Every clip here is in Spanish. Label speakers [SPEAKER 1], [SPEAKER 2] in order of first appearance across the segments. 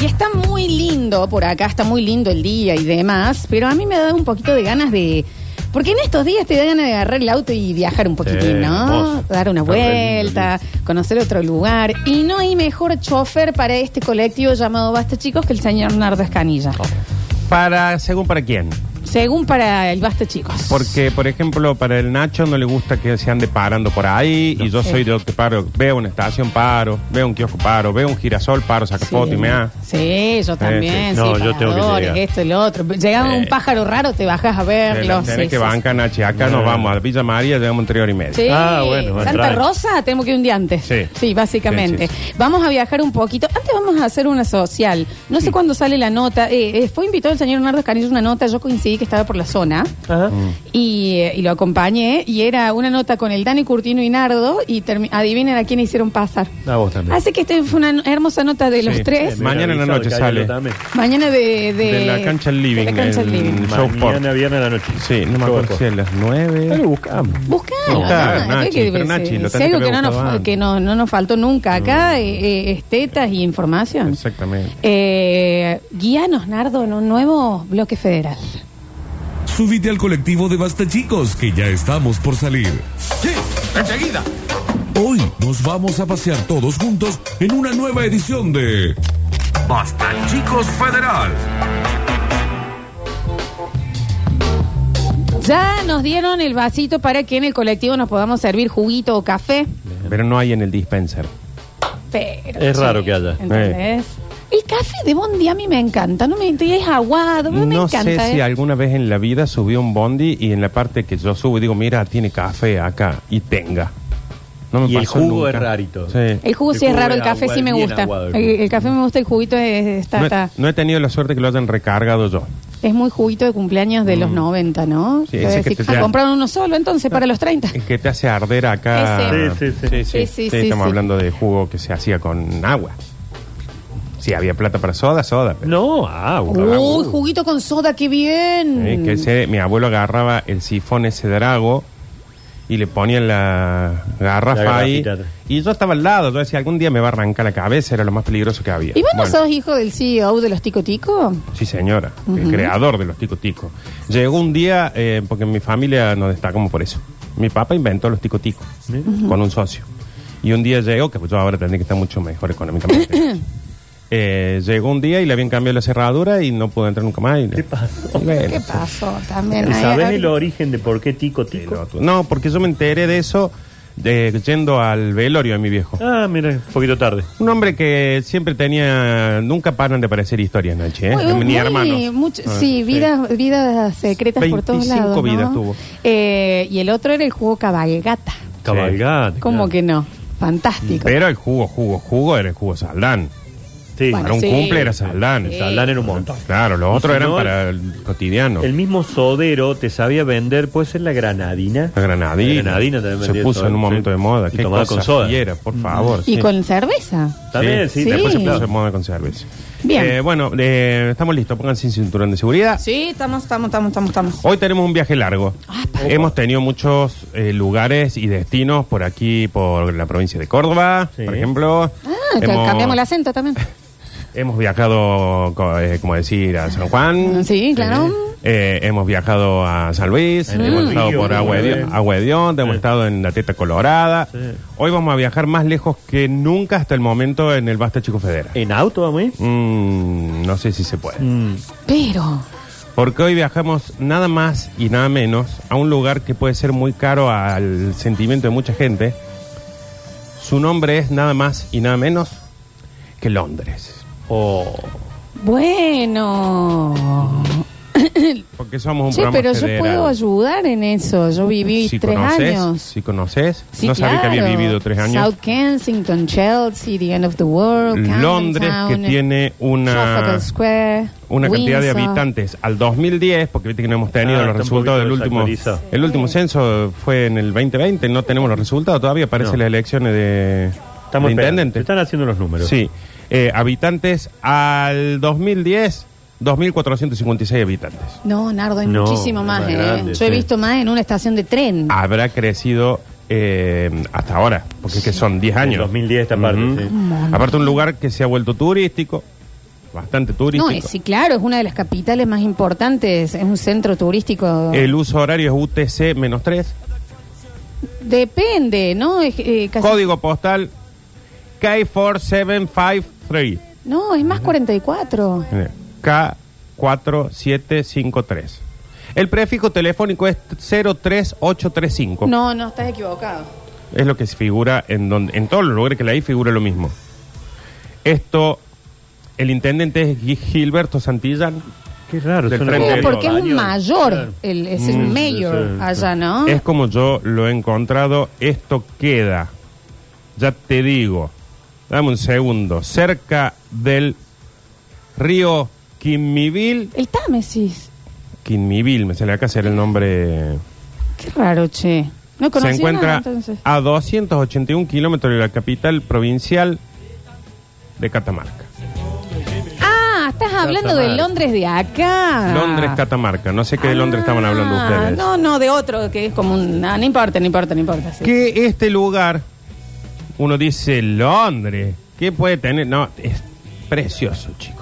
[SPEAKER 1] Y está muy lindo por acá, está muy lindo el día y demás, pero a mí me da un poquito de ganas de... Porque en estos días te dan ganas de agarrar el auto y viajar un poquitín, ¿no?
[SPEAKER 2] hermoso.
[SPEAKER 1] Dar una
[SPEAKER 2] Está re lindo,
[SPEAKER 1] vuelta, conocer otro lugar. Y no hay mejor chofer para este colectivo llamado Basta Chicos que el señor Nardo Escanilla.
[SPEAKER 2] Oh. Para, según para quién.
[SPEAKER 1] Según para el Basta Chicos.
[SPEAKER 2] Porque, por ejemplo, para el Nacho no le gusta que se ande parando por ahí. Y yo
[SPEAKER 1] Sí.
[SPEAKER 2] soy de los que paro. Veo una estación, paro. Veo un kiosco, paro. Veo un girasol, paro, saca
[SPEAKER 1] Sí.
[SPEAKER 2] foto y me da.
[SPEAKER 1] Sí, yo también. Sí,
[SPEAKER 2] sí.
[SPEAKER 3] No, yo tengo que
[SPEAKER 1] paradores,
[SPEAKER 3] llegar.
[SPEAKER 1] esto, el otro. Llegaba un pájaro raro, te bajas a
[SPEAKER 2] Te la
[SPEAKER 1] verlo.
[SPEAKER 2] Tenés
[SPEAKER 1] Sí,
[SPEAKER 2] que
[SPEAKER 1] sí,
[SPEAKER 2] bancar, Nachi. Acá nos vamos a Villa María, llegamos en tres horas y media.
[SPEAKER 1] Sí,
[SPEAKER 3] Ah, bueno, bueno,
[SPEAKER 1] Santa
[SPEAKER 3] tranqui.
[SPEAKER 1] Rosa tenemos que ir un día antes. Sí,
[SPEAKER 2] Sí.
[SPEAKER 1] básicamente.
[SPEAKER 2] Sí,
[SPEAKER 1] Vamos a viajar un poquito. Antes vamos a hacer una social. No sé cuándo sale la nota. Eh, eh, fue invitado el señor Leonardo Canillo una nota. Yo coincidí que estaba por la zona
[SPEAKER 3] Ajá.
[SPEAKER 2] Mm.
[SPEAKER 1] y, eh, y lo acompañé. Y era una nota con el Dani Curtino y Nardo. Y termi- adivinen a quién hicieron pasar.
[SPEAKER 3] A vos también.
[SPEAKER 1] Así que esta fue una no- hermosa nota de los
[SPEAKER 2] Sí.
[SPEAKER 1] tres.
[SPEAKER 2] Eh, Mañana en la noche sale.
[SPEAKER 1] Mañana de, de,
[SPEAKER 2] De la cancha al living,
[SPEAKER 1] de la cancha al
[SPEAKER 2] el-
[SPEAKER 1] living.
[SPEAKER 2] Mañana,
[SPEAKER 3] Mañana, viernes a la noche.
[SPEAKER 2] Sí, no me acuerdo si es las
[SPEAKER 3] Ya
[SPEAKER 2] nueve.
[SPEAKER 3] lo buscamos.
[SPEAKER 1] Buscalo,
[SPEAKER 2] No, claro,
[SPEAKER 1] ¿no?
[SPEAKER 2] Nachi,
[SPEAKER 1] Creo que-
[SPEAKER 2] pero Nachi, lo
[SPEAKER 1] si
[SPEAKER 2] tenés
[SPEAKER 1] algo
[SPEAKER 2] que
[SPEAKER 1] que,
[SPEAKER 2] haber
[SPEAKER 1] no nos,
[SPEAKER 2] buscado antes.
[SPEAKER 1] que no, no nos faltó nunca acá eh, eh, es tetas y información.
[SPEAKER 2] Exactamente.
[SPEAKER 1] Eh, guíanos, Nardo, en un nuevo bloque federal.
[SPEAKER 4] Súbite al colectivo de Basta Chicos, que ya estamos por salir.
[SPEAKER 5] Sí, enseguida.
[SPEAKER 4] Hoy nos vamos a pasear todos juntos en una nueva edición de Basta Chicos Federal.
[SPEAKER 1] Ya nos dieron el vasito para que en el colectivo nos podamos servir juguito o café.
[SPEAKER 2] Pero no hay en el dispenser.
[SPEAKER 1] Pero,
[SPEAKER 3] Es
[SPEAKER 1] che,
[SPEAKER 3] raro que haya.
[SPEAKER 1] ¿entendés? El café de Bondi a mí me encanta. No me es aguado, no me
[SPEAKER 2] No
[SPEAKER 1] encanta.
[SPEAKER 2] sé si
[SPEAKER 1] eh.
[SPEAKER 2] alguna vez en la vida subí a un bondi y en la parte que yo subo digo, mira, tiene café acá y tenga. No me
[SPEAKER 3] Y el
[SPEAKER 2] pasó
[SPEAKER 3] jugo
[SPEAKER 2] nunca.
[SPEAKER 3] es rarito.
[SPEAKER 2] Sí.
[SPEAKER 1] El jugo
[SPEAKER 3] El
[SPEAKER 1] sí es
[SPEAKER 3] jugo
[SPEAKER 1] raro,
[SPEAKER 3] es
[SPEAKER 1] el café sí
[SPEAKER 3] aguado,
[SPEAKER 1] me
[SPEAKER 3] bien
[SPEAKER 1] gusta.
[SPEAKER 3] aguado el
[SPEAKER 1] El,
[SPEAKER 3] jugo.
[SPEAKER 1] el café me gusta, el juguito es, está,
[SPEAKER 2] No, he,
[SPEAKER 1] está-
[SPEAKER 2] no he tenido la suerte que lo hayan recargado yo.
[SPEAKER 1] Es muy juguito de cumpleaños de los 90, ¿no?
[SPEAKER 2] Mm. Sí,
[SPEAKER 1] Debe
[SPEAKER 2] ese que
[SPEAKER 1] decir,
[SPEAKER 2] te
[SPEAKER 1] ah,
[SPEAKER 2] dan.
[SPEAKER 1] compraron uno solo entonces para los 30.
[SPEAKER 2] El Eh, que te hace arder acá.
[SPEAKER 3] Ese. Sí, sí, sí.
[SPEAKER 1] Sí, sí, sí,
[SPEAKER 2] Estamos
[SPEAKER 1] sí.
[SPEAKER 2] hablando de jugo que se hacía con agua. Si había plata para soda, soda. pero-
[SPEAKER 3] No, ah, agua.
[SPEAKER 1] Uy, juguito con soda, qué bien.
[SPEAKER 2] Eh, que ese- mi abuelo agarraba el sifón ese drago y le ponía la garrafa
[SPEAKER 3] La
[SPEAKER 2] ahí.
[SPEAKER 3] garrafita.
[SPEAKER 2] Y yo estaba al lado, yo decía, algún día me va a arrancar la cabeza, era lo más peligroso que había.
[SPEAKER 1] ¿Y vos no
[SPEAKER 2] Bueno,
[SPEAKER 1] sos hijo del CEO de los Tico Tico?
[SPEAKER 2] Sí, señora, el creador de los tico tico. Llegó un día, eh, porque en mi familia nos destacamos por eso. Mi papá inventó los tico tico con un socio. Y un día llegó, que pues, yo ahora tendría que estar mucho mejor económicamente. Eh, llegó un día y le habían cambiado la cerradura y no pudo entrar nunca más. y le-
[SPEAKER 3] ¿Qué pasó?
[SPEAKER 2] y bueno,
[SPEAKER 1] ¿Qué pasó también?
[SPEAKER 3] ¿Y
[SPEAKER 1] Ay,
[SPEAKER 3] sabés
[SPEAKER 1] ay,
[SPEAKER 3] el origen de por qué Tico Tico?
[SPEAKER 2] pelotudo. No, porque yo me enteré de eso de, yendo al velorio de mi viejo.
[SPEAKER 3] Ah, mira, un poquito tarde.
[SPEAKER 2] Un hombre que siempre tenía. Nunca paran de aparecer historias, Nachi, ¿eh?
[SPEAKER 1] muy-
[SPEAKER 2] Ni
[SPEAKER 1] muy-
[SPEAKER 2] hermanos.
[SPEAKER 1] mucho-
[SPEAKER 2] Ah,
[SPEAKER 1] sí, vidas, vidas secretas por todos
[SPEAKER 2] 25
[SPEAKER 1] lados. ¿no?
[SPEAKER 2] vidas tuvo.
[SPEAKER 1] Eh, y el otro era el jugo cabalgata.
[SPEAKER 3] Cabalgate.
[SPEAKER 1] ¿Cómo que no? Fantástico.
[SPEAKER 2] Ah, Pero el jugo, jugo, jugo era el jugo Saldán.
[SPEAKER 3] Sí.
[SPEAKER 1] Bueno,
[SPEAKER 2] Para un
[SPEAKER 1] sí.
[SPEAKER 2] cumple era Saldán.
[SPEAKER 1] Sí.
[SPEAKER 3] Saldán era un montón.
[SPEAKER 2] Claro, los
[SPEAKER 3] Y
[SPEAKER 2] otros
[SPEAKER 3] si
[SPEAKER 2] eran
[SPEAKER 3] no,
[SPEAKER 2] para el cotidiano.
[SPEAKER 3] El mismo sodero te sabía vender, puede ser la granadina.
[SPEAKER 2] la granadina.
[SPEAKER 3] La granadina también
[SPEAKER 2] Se
[SPEAKER 3] vendía
[SPEAKER 2] puso
[SPEAKER 3] soda,
[SPEAKER 2] en un
[SPEAKER 3] sí.
[SPEAKER 2] momento de moda.
[SPEAKER 3] Y
[SPEAKER 2] Qué
[SPEAKER 3] tomaba
[SPEAKER 2] cosa
[SPEAKER 3] con soda. Mm.
[SPEAKER 2] fiera, por favor.
[SPEAKER 1] y
[SPEAKER 2] sí.
[SPEAKER 1] con cerveza.
[SPEAKER 3] También, sí,
[SPEAKER 1] Sí.
[SPEAKER 2] Después
[SPEAKER 3] después
[SPEAKER 2] se
[SPEAKER 1] Sí.
[SPEAKER 2] puso de moda con cerveza.
[SPEAKER 1] Bien.
[SPEAKER 2] Eh, bueno, eh, estamos listos. Pónganse cinturón de seguridad.
[SPEAKER 1] Sí, Ah, estamos, estamos, estamos, estamos, estamos.
[SPEAKER 2] Hoy tenemos un viaje largo. Hemos tenido muchos eh, lugares y destinos por aquí, por la provincia de Córdoba,
[SPEAKER 3] Sí.
[SPEAKER 2] por ejemplo.
[SPEAKER 1] Ah, que cambiamos el acento también.
[SPEAKER 2] hemos viajado, co- eh, como decir, a San Juan.
[SPEAKER 1] Ah, Sí, claro. Ah.
[SPEAKER 2] Eh, hemos viajado a San Luis,
[SPEAKER 3] En el
[SPEAKER 2] hemos estado
[SPEAKER 3] Río,
[SPEAKER 2] por
[SPEAKER 3] ¿no?
[SPEAKER 2] Agua Hedionda, Agua Hedionda, hemos
[SPEAKER 3] Sí.
[SPEAKER 2] estado en la Teta Colorada.
[SPEAKER 3] Sí.
[SPEAKER 2] Hoy vamos a viajar más lejos que nunca hasta el momento en el Basta Chico Federa.
[SPEAKER 3] ¿En auto, vamos? a ir?
[SPEAKER 2] Mm, no sé si se puede.
[SPEAKER 3] Mm.
[SPEAKER 1] Pero,
[SPEAKER 2] Porque hoy viajamos nada más y nada menos a un lugar que puede ser muy caro al sentimiento de mucha gente. Su nombre es nada más y nada menos que Londres.
[SPEAKER 3] Oh.
[SPEAKER 1] bueno.
[SPEAKER 2] Porque somos un
[SPEAKER 1] Che,
[SPEAKER 2] programa
[SPEAKER 1] pero yo
[SPEAKER 2] federal.
[SPEAKER 1] puedo ayudar en eso. Yo viví
[SPEAKER 2] Si
[SPEAKER 1] tres
[SPEAKER 2] conoces,
[SPEAKER 1] años.
[SPEAKER 2] Si conoces,
[SPEAKER 1] Sí,
[SPEAKER 2] no sabía que había
[SPEAKER 1] claro.
[SPEAKER 2] vivido tres años.
[SPEAKER 1] South Kensington, Chelsea, The End of the World, Camden
[SPEAKER 2] Londres que
[SPEAKER 1] Town,
[SPEAKER 2] tiene una,
[SPEAKER 1] Trafalgar Square,
[SPEAKER 2] una cantidad de
[SPEAKER 1] Windsor.
[SPEAKER 2] habitantes al 2010, porque viste que no hemos tenido
[SPEAKER 3] Ah,
[SPEAKER 2] los
[SPEAKER 3] está un
[SPEAKER 2] resultados del
[SPEAKER 3] poquito
[SPEAKER 2] último.
[SPEAKER 3] desactualizado.
[SPEAKER 2] El último censo fue en el 2020, no tenemos los resultados todavía, parecen
[SPEAKER 3] No.
[SPEAKER 2] las elecciones de,
[SPEAKER 3] Estamos
[SPEAKER 2] de
[SPEAKER 3] esperando.
[SPEAKER 2] intendente.
[SPEAKER 3] Se Están haciendo los números.
[SPEAKER 2] Sí, Eh, habitantes al 2010, 2.456 habitantes.
[SPEAKER 1] No, Nardo, hay
[SPEAKER 3] No,
[SPEAKER 1] muchísimo más.
[SPEAKER 3] más
[SPEAKER 1] eh.
[SPEAKER 3] grande,
[SPEAKER 1] Yo he
[SPEAKER 3] sí.
[SPEAKER 1] visto más en una estación de tren.
[SPEAKER 2] Habrá crecido eh, hasta ahora, porque es que son 10
[SPEAKER 3] En
[SPEAKER 2] años.
[SPEAKER 3] 2010 esta parte, sí.
[SPEAKER 2] Aparte un lugar que se ha vuelto turístico, bastante turístico.
[SPEAKER 1] No, es- sí, claro, es una de las capitales más importantes, es un centro turístico.
[SPEAKER 2] El uso horario es UTC menos 3.
[SPEAKER 1] Depende, ¿no? Es, eh, casi-
[SPEAKER 2] Código postal K4753.
[SPEAKER 1] No, es más 44.
[SPEAKER 2] K4753. El prefijo telefónico es 03835.
[SPEAKER 1] No, no, estás equivocado.
[SPEAKER 2] Es lo que se figura en donde en todos los lugares que la hay figura lo mismo. Esto el intendente es Gil- Gilberto Santillán.
[SPEAKER 3] Qué raro.
[SPEAKER 2] Del
[SPEAKER 3] son
[SPEAKER 2] frente
[SPEAKER 3] como
[SPEAKER 1] Sí,
[SPEAKER 2] de
[SPEAKER 1] porque es
[SPEAKER 3] varios.
[SPEAKER 1] un mayor,
[SPEAKER 3] Claro.
[SPEAKER 1] el, es el
[SPEAKER 3] Mm,
[SPEAKER 1] mayor
[SPEAKER 3] sí, sí.
[SPEAKER 1] allá, ¿no?
[SPEAKER 2] Es como yo lo he encontrado, esto queda. Ya te digo. Dame un segundo. Cerca del río Quimivil.
[SPEAKER 1] El Támesis.
[SPEAKER 2] Quimivil, me sale acá hacer el nombre.
[SPEAKER 1] Qué raro, che. No
[SPEAKER 2] Se
[SPEAKER 1] conocía nada,
[SPEAKER 2] encuentra
[SPEAKER 1] entonces.
[SPEAKER 2] a 281 kilómetros de la capital provincial de Catamarca.
[SPEAKER 1] Ah, estás hablando de
[SPEAKER 3] mal.
[SPEAKER 1] Londres de acá.
[SPEAKER 2] Londres, Catamarca. No sé qué de Londres estaban hablando
[SPEAKER 1] Ah,
[SPEAKER 2] ustedes.
[SPEAKER 1] No, no, de otro que es como un. ah, No, importa, no importa, no importa. sí.
[SPEAKER 2] Que este lugar, uno dice Londres, ¿qué puede tener? No, es precioso, chicos.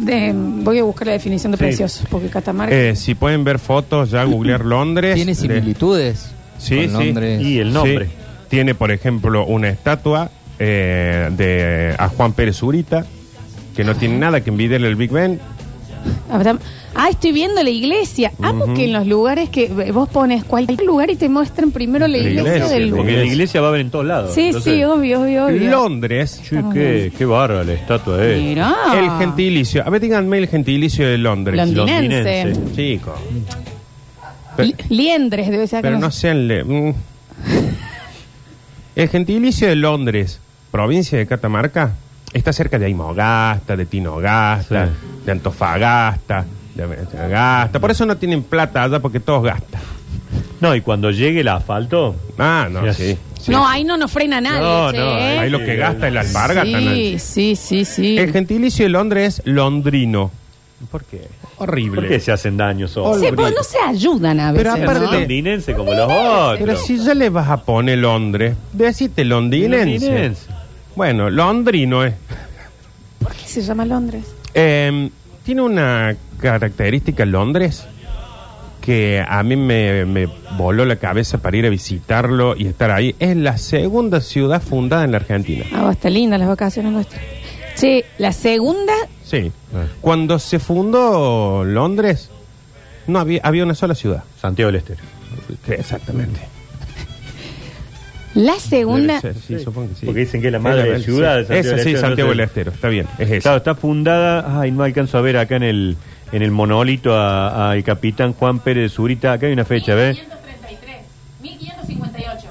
[SPEAKER 1] De- voy a buscar la definición de
[SPEAKER 3] Sí.
[SPEAKER 1] precioso, porque Catamarca.
[SPEAKER 2] Eh, si pueden ver fotos, ya googlear Londres.
[SPEAKER 6] Tiene
[SPEAKER 2] De-
[SPEAKER 6] similitudes.
[SPEAKER 2] Sí,
[SPEAKER 6] con
[SPEAKER 2] sí.
[SPEAKER 6] Londres.
[SPEAKER 3] Y el nombre.
[SPEAKER 2] Sí. Tiene, por ejemplo, una estatua eh, de a Juan Pérez Urita, que no tiene nada que envidiarle el Big Ben.
[SPEAKER 1] Habrá- Ah, estoy viendo la iglesia. Amo que en los lugares que eh, vos pones cualquier lugar y te muestran primero la
[SPEAKER 2] La
[SPEAKER 1] iglesia,
[SPEAKER 2] iglesia,
[SPEAKER 1] del
[SPEAKER 3] Porque la iglesia va a ver en todos lados.
[SPEAKER 1] Sí,
[SPEAKER 3] entonces-
[SPEAKER 1] sí, obvio, obvio, obvio.
[SPEAKER 2] Londres,
[SPEAKER 3] Che, qué, qué barra la estatua eh. es.
[SPEAKER 1] Mirá.
[SPEAKER 6] Ah.
[SPEAKER 2] el gentilicio. A ver, díganme el gentilicio de Londres.
[SPEAKER 1] Londinense.
[SPEAKER 3] Londinense.
[SPEAKER 2] Chicos.
[SPEAKER 1] Li- Liendres debe ser. acá,
[SPEAKER 2] Pero
[SPEAKER 1] no
[SPEAKER 2] no
[SPEAKER 1] sé.
[SPEAKER 2] sean... le- mm. El gentilicio de Londres, provincia de Catamarca, está cerca de Aimogasta, de Tinogasta,
[SPEAKER 3] Sí.
[SPEAKER 2] de Antofagasta, de Agasta. Por eso no tienen plata allá, porque todos gastan.
[SPEAKER 3] No, y cuando llegue el asfalto,
[SPEAKER 2] Ah, no,
[SPEAKER 3] Yes.
[SPEAKER 2] sí. sí.
[SPEAKER 1] No, ahí no nos frena nadie.
[SPEAKER 3] No,
[SPEAKER 1] che.
[SPEAKER 3] no,
[SPEAKER 2] Ahí lo que gasta es la alpargata.
[SPEAKER 1] Eh, Sí,
[SPEAKER 2] ¿no?
[SPEAKER 1] sí, sí, sí.
[SPEAKER 2] El gentilicio de Londres es londrino. ¿Por qué? Horrible.
[SPEAKER 3] ¿por qué se hacen daño solo?
[SPEAKER 1] Sí, pues, no se ayudan a veces.
[SPEAKER 2] Pero aparte
[SPEAKER 1] ¿no?
[SPEAKER 2] de-
[SPEAKER 3] londinense como los otros.
[SPEAKER 2] Pero si ya le vas a poner Londres, decite londinense.
[SPEAKER 3] Londinense.
[SPEAKER 2] Bueno, londrino es.
[SPEAKER 1] ¿Por qué se llama Londres?
[SPEAKER 2] Eh, tiene una característica Londres que a mí me, me voló la cabeza para ir a visitarlo y estar ahí. Es la segunda ciudad fundada en la Argentina.
[SPEAKER 1] Ah, va, está linda las vacaciones nuestras. Che, la segunda.
[SPEAKER 2] Sí. Ah. Cuando se fundó Londres, no había, había una sola ciudad.
[SPEAKER 3] Santiago del Estero.
[SPEAKER 2] Exactamente.
[SPEAKER 1] La segunda.
[SPEAKER 2] Debe ser, sí, supongo que sí.
[SPEAKER 3] Porque dicen que es la madre de ciudad de Santiago
[SPEAKER 2] Esa
[SPEAKER 3] del
[SPEAKER 2] sí,
[SPEAKER 3] Estero,
[SPEAKER 2] Santiago del
[SPEAKER 3] entonces-
[SPEAKER 2] Estero. Está bien, es esa.
[SPEAKER 3] Claro, está fundada. Ay, no alcanzo a ver acá en el en el monolito a- al capitán Juan Pérez Zurita. Acá hay una fecha, ¿ves?
[SPEAKER 7] 1533, 1558,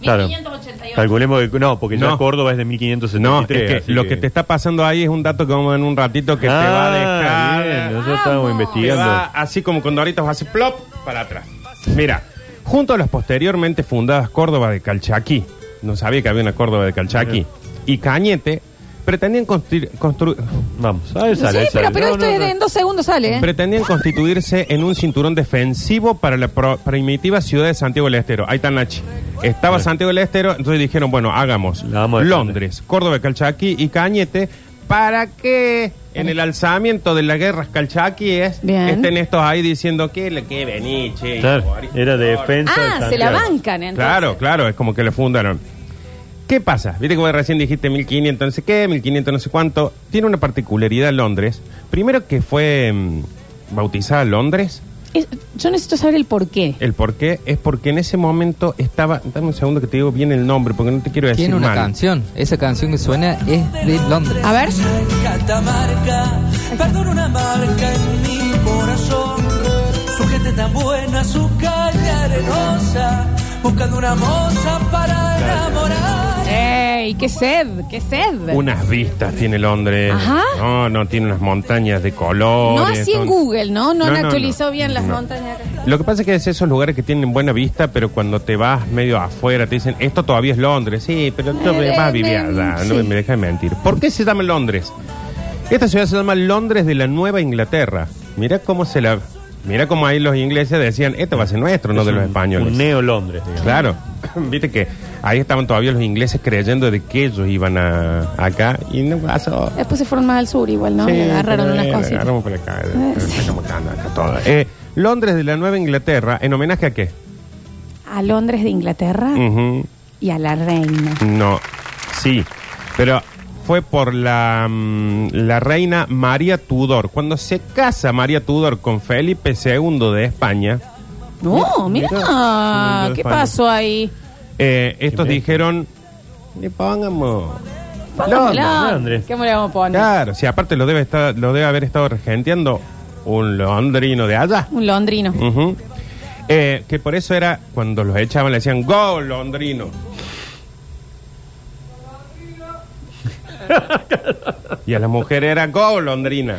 [SPEAKER 3] Claro.
[SPEAKER 7] 1588.
[SPEAKER 3] Calculemos que. No, porque ya
[SPEAKER 2] No.
[SPEAKER 3] Córdoba es de 1573.
[SPEAKER 2] No, es que
[SPEAKER 3] así
[SPEAKER 2] lo que te está pasando ahí es un dato que vamos a ver en un ratito que te va a
[SPEAKER 3] Ah,
[SPEAKER 2] dejar.
[SPEAKER 3] bien, nosotros estábamos
[SPEAKER 2] Te
[SPEAKER 3] investigando.
[SPEAKER 2] va así como cuando ahorita hace plop para atrás. Mira, junto a las posteriormente fundadas Córdoba de Calchaquí, no sabía que había una Córdoba de Calchaquí, y Cañete, pretendían construir.
[SPEAKER 3] Vamos, a ver,
[SPEAKER 1] Sí,
[SPEAKER 3] sale,
[SPEAKER 1] pero,
[SPEAKER 3] sale.
[SPEAKER 1] pero
[SPEAKER 3] No,
[SPEAKER 1] esto
[SPEAKER 3] no,
[SPEAKER 1] es
[SPEAKER 3] no.
[SPEAKER 1] de- en dos segundos sale. ¿eh?
[SPEAKER 2] Pretendían constituirse en un cinturón defensivo para la pro- primitiva ciudad de Santiago del Estero. Ahí está Nachi. Estaba Santiago del Estero, entonces dijeron, bueno, hagamos
[SPEAKER 3] La vamos a defender.
[SPEAKER 2] Londres, Córdoba, de Calchaquí y Cañete para que en el alzamiento de las guerras calchaquíes
[SPEAKER 1] Bien.
[SPEAKER 2] estén estos ahí diciendo que le que vení, che.
[SPEAKER 3] Claro,
[SPEAKER 2] por-
[SPEAKER 3] Era de defensa. de
[SPEAKER 1] Ah, se la
[SPEAKER 3] Santiago.
[SPEAKER 1] bancan entonces.
[SPEAKER 2] Claro, claro, es como que le fundaron. ¿Qué pasa? Viste que vos recién dijiste 1500 no sé qué, 1500 no sé cuánto. Tiene una particularidad Londres. Primero que fue mm, bautizada Londres.
[SPEAKER 1] Es- yo necesito saber el por qué.
[SPEAKER 2] El por qué es porque en ese momento estaba... Dame un segundo que te digo bien el nombre porque no te quiero decir
[SPEAKER 6] Tiene una
[SPEAKER 2] mal.
[SPEAKER 6] canción. Esa canción que suena es de Londres.
[SPEAKER 1] A ver.
[SPEAKER 8] en Catamarca, perdón una marca en mi corazón. Su gente tan buena, su calle arenosa, buscando una moza para enamorar.
[SPEAKER 1] ¡Ey! ¡Qué sed! ¡Qué sed!
[SPEAKER 2] Unas vistas tiene Londres.
[SPEAKER 1] Ajá.
[SPEAKER 2] No, no, tiene unas montañas de colores.
[SPEAKER 1] no así en
[SPEAKER 2] son-
[SPEAKER 1] Google, ¿no? No,
[SPEAKER 2] No,
[SPEAKER 1] han
[SPEAKER 2] no,
[SPEAKER 1] actualizado
[SPEAKER 2] no.
[SPEAKER 1] bien las
[SPEAKER 2] No.
[SPEAKER 1] montañas. acá.
[SPEAKER 2] Lo que pasa es que es esos lugares que tienen buena vista, pero cuando te vas medio afuera te dicen, esto todavía es Londres. Sí, pero tú
[SPEAKER 1] Eh,
[SPEAKER 2] vas a
[SPEAKER 1] eh,
[SPEAKER 2] vivir
[SPEAKER 1] eh,
[SPEAKER 2] allá,
[SPEAKER 1] sí.
[SPEAKER 2] no me, me dejes mentir. ¿Por qué se llama Londres? Esta ciudad se llama Londres de la Nueva Inglaterra. Mirá cómo se la... Mira cómo ahí los ingleses decían, esto va a ser nuestro, no de los españoles.
[SPEAKER 3] Un Neo Londres, digamos.
[SPEAKER 2] Claro, viste que ahí estaban todavía los ingleses creyendo de que ellos iban a acá y no pasó.
[SPEAKER 1] Después se fueron más al sur igual, ¿no?
[SPEAKER 2] Sí,
[SPEAKER 1] Le agarraron
[SPEAKER 2] pero,
[SPEAKER 1] unas
[SPEAKER 2] eh,
[SPEAKER 1] cositas.
[SPEAKER 2] agarramos por acá, eh,
[SPEAKER 1] Eh, sí.
[SPEAKER 2] sacamos acá, acá, todo. Eh, Londres de la Nueva Inglaterra, ¿en homenaje a qué?
[SPEAKER 1] A Londres de Inglaterra
[SPEAKER 2] Ujú,
[SPEAKER 1] y a la reina.
[SPEAKER 2] No, sí, pero fue por la, mm, la reina María Tudor. Cuando se casa María Tudor con Felipe II de España,
[SPEAKER 1] No, mira,
[SPEAKER 3] mira,
[SPEAKER 1] ¿qué
[SPEAKER 3] España.
[SPEAKER 1] pasó ahí?
[SPEAKER 2] eh, estos
[SPEAKER 3] Qué bien.
[SPEAKER 2] dijeron, le pongamos...
[SPEAKER 1] Póngamela.
[SPEAKER 3] Londres.
[SPEAKER 1] ¿Qué me le vamos a poner?
[SPEAKER 2] Claro, si aparte lo debe estar, lo debe haber estado regenteando un londrino de allá.
[SPEAKER 1] Un londrino.
[SPEAKER 2] Ujú. Eh, que por eso era cuando los echaban le decían go londrino. y a la mujer era go londrina.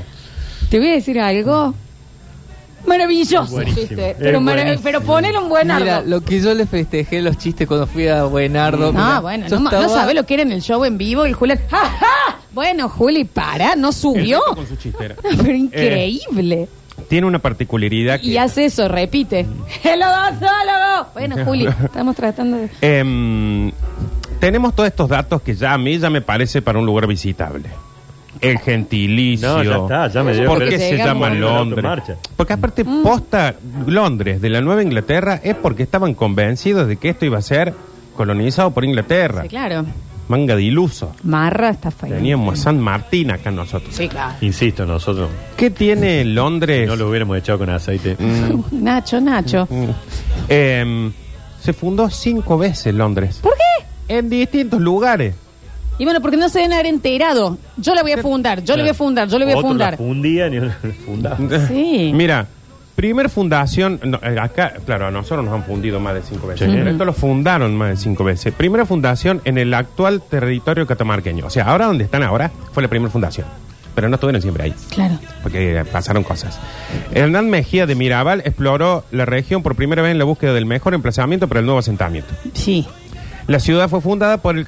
[SPEAKER 1] Te voy a decir algo. Maravilloso,
[SPEAKER 3] Buenísimo.
[SPEAKER 1] chiste.
[SPEAKER 3] Es
[SPEAKER 1] Pero, mara-
[SPEAKER 3] buenísimo.
[SPEAKER 1] pero ponele un buen
[SPEAKER 6] Mira,
[SPEAKER 1] árbol.
[SPEAKER 6] lo que yo le festejé los chistes cuando fui a Buenardo.
[SPEAKER 1] No, Ah, bueno, no, ma- no sabe lo que era en el show en vivo y Julián. ¡Ja, ja! Bueno, Juli, para, no subió.
[SPEAKER 2] Este Con su chistera. Eh,
[SPEAKER 1] Pero increíble.
[SPEAKER 2] Tiene una particularidad
[SPEAKER 1] y
[SPEAKER 2] que
[SPEAKER 1] hace eso, repite. ¡El odontólogo! Bueno, Juli, estamos tratando de.
[SPEAKER 2] em, tenemos todos estos datos que ya a mí ya me parece para un lugar visitable. El gentilicio.
[SPEAKER 3] No, ya está, ya me dio-
[SPEAKER 2] ¿Por
[SPEAKER 3] pero-
[SPEAKER 2] qué se
[SPEAKER 1] Llegamos.
[SPEAKER 2] llama
[SPEAKER 3] Bueno,
[SPEAKER 2] Londres?
[SPEAKER 3] automarcha.
[SPEAKER 2] Porque aparte,
[SPEAKER 1] Mm.
[SPEAKER 2] posta Londres de la Nueva Inglaterra es porque estaban convencidos de que esto iba a ser colonizado por Inglaterra.
[SPEAKER 1] Sí, claro.
[SPEAKER 2] Manga de iluso.
[SPEAKER 1] Marra está feo.
[SPEAKER 2] Teníamos San Martín acá nosotros.
[SPEAKER 1] Sí, claro.
[SPEAKER 3] Insisto, nosotros
[SPEAKER 2] ¿Qué tiene Londres?
[SPEAKER 3] no lo hubiéramos echado con aceite.
[SPEAKER 1] Nacho, Nacho.
[SPEAKER 2] Mm. Em, se fundó cinco veces Londres.
[SPEAKER 1] ¿Por qué?
[SPEAKER 2] En distintos lugares.
[SPEAKER 1] Y bueno, porque no se deben haber enterado. Yo la voy a fundar, yo la voy a fundar, yo la voy a
[SPEAKER 3] Otro la
[SPEAKER 1] fundar.
[SPEAKER 3] fundía ni uno la fundaba.
[SPEAKER 2] Mm.
[SPEAKER 1] Sí.
[SPEAKER 2] Mira, primer fundación, no, eh, acá, claro, a nosotros nos han fundido más de cinco veces.
[SPEAKER 3] Sí.
[SPEAKER 2] Pero esto lo fundaron más de cinco veces. Primera fundación en el actual territorio catamarqueño. O sea, ahora donde están ahora fue la primera fundación. Pero no estuvieron siempre ahí,
[SPEAKER 1] Claro.
[SPEAKER 2] porque eh, pasaron cosas. Hernán Mejía de Mirabal exploró la región por primera vez en la búsqueda del mejor emplazamiento para el nuevo asentamiento.
[SPEAKER 1] Sí.
[SPEAKER 2] La ciudad fue fundada por el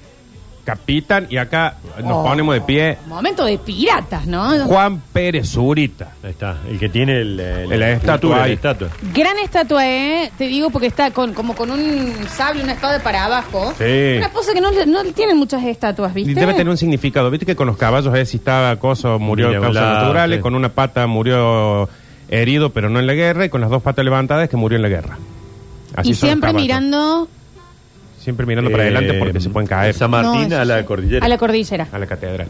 [SPEAKER 2] capitán, y acá nos ponemos de pie,
[SPEAKER 1] Momento de piratas, ¿no?
[SPEAKER 2] Juan Pérez Zurita.
[SPEAKER 3] Ahí está, el que tiene el, eh,
[SPEAKER 2] La estatua
[SPEAKER 3] escultura,
[SPEAKER 2] ahí.
[SPEAKER 3] la estatua.
[SPEAKER 1] Gran estatua, ¿eh? Te digo porque está con, como con un sable, una espada para abajo.
[SPEAKER 2] Sí.
[SPEAKER 1] Una cosa que no, le- no le tienen muchas estatuas,
[SPEAKER 2] Y
[SPEAKER 1] ¿viste?
[SPEAKER 2] debe tener un significado. Viste que con los caballos es si estaba acoso, murió de
[SPEAKER 3] Mira,
[SPEAKER 2] causas
[SPEAKER 3] volado,
[SPEAKER 2] naturales,
[SPEAKER 3] sí.
[SPEAKER 2] con una pata murió herido, pero no en la guerra, y con las dos patas levantadas es que murió en la guerra. Así
[SPEAKER 1] y
[SPEAKER 2] son los
[SPEAKER 1] siempre
[SPEAKER 2] caballos.
[SPEAKER 1] mirando
[SPEAKER 2] Siempre mirando para
[SPEAKER 3] Eh,
[SPEAKER 2] adelante porque se pueden caer
[SPEAKER 3] San
[SPEAKER 1] No,
[SPEAKER 3] Martín
[SPEAKER 1] eso
[SPEAKER 3] a la
[SPEAKER 1] sí.
[SPEAKER 3] cordillera.
[SPEAKER 1] a la cordillera.
[SPEAKER 2] a la catedral.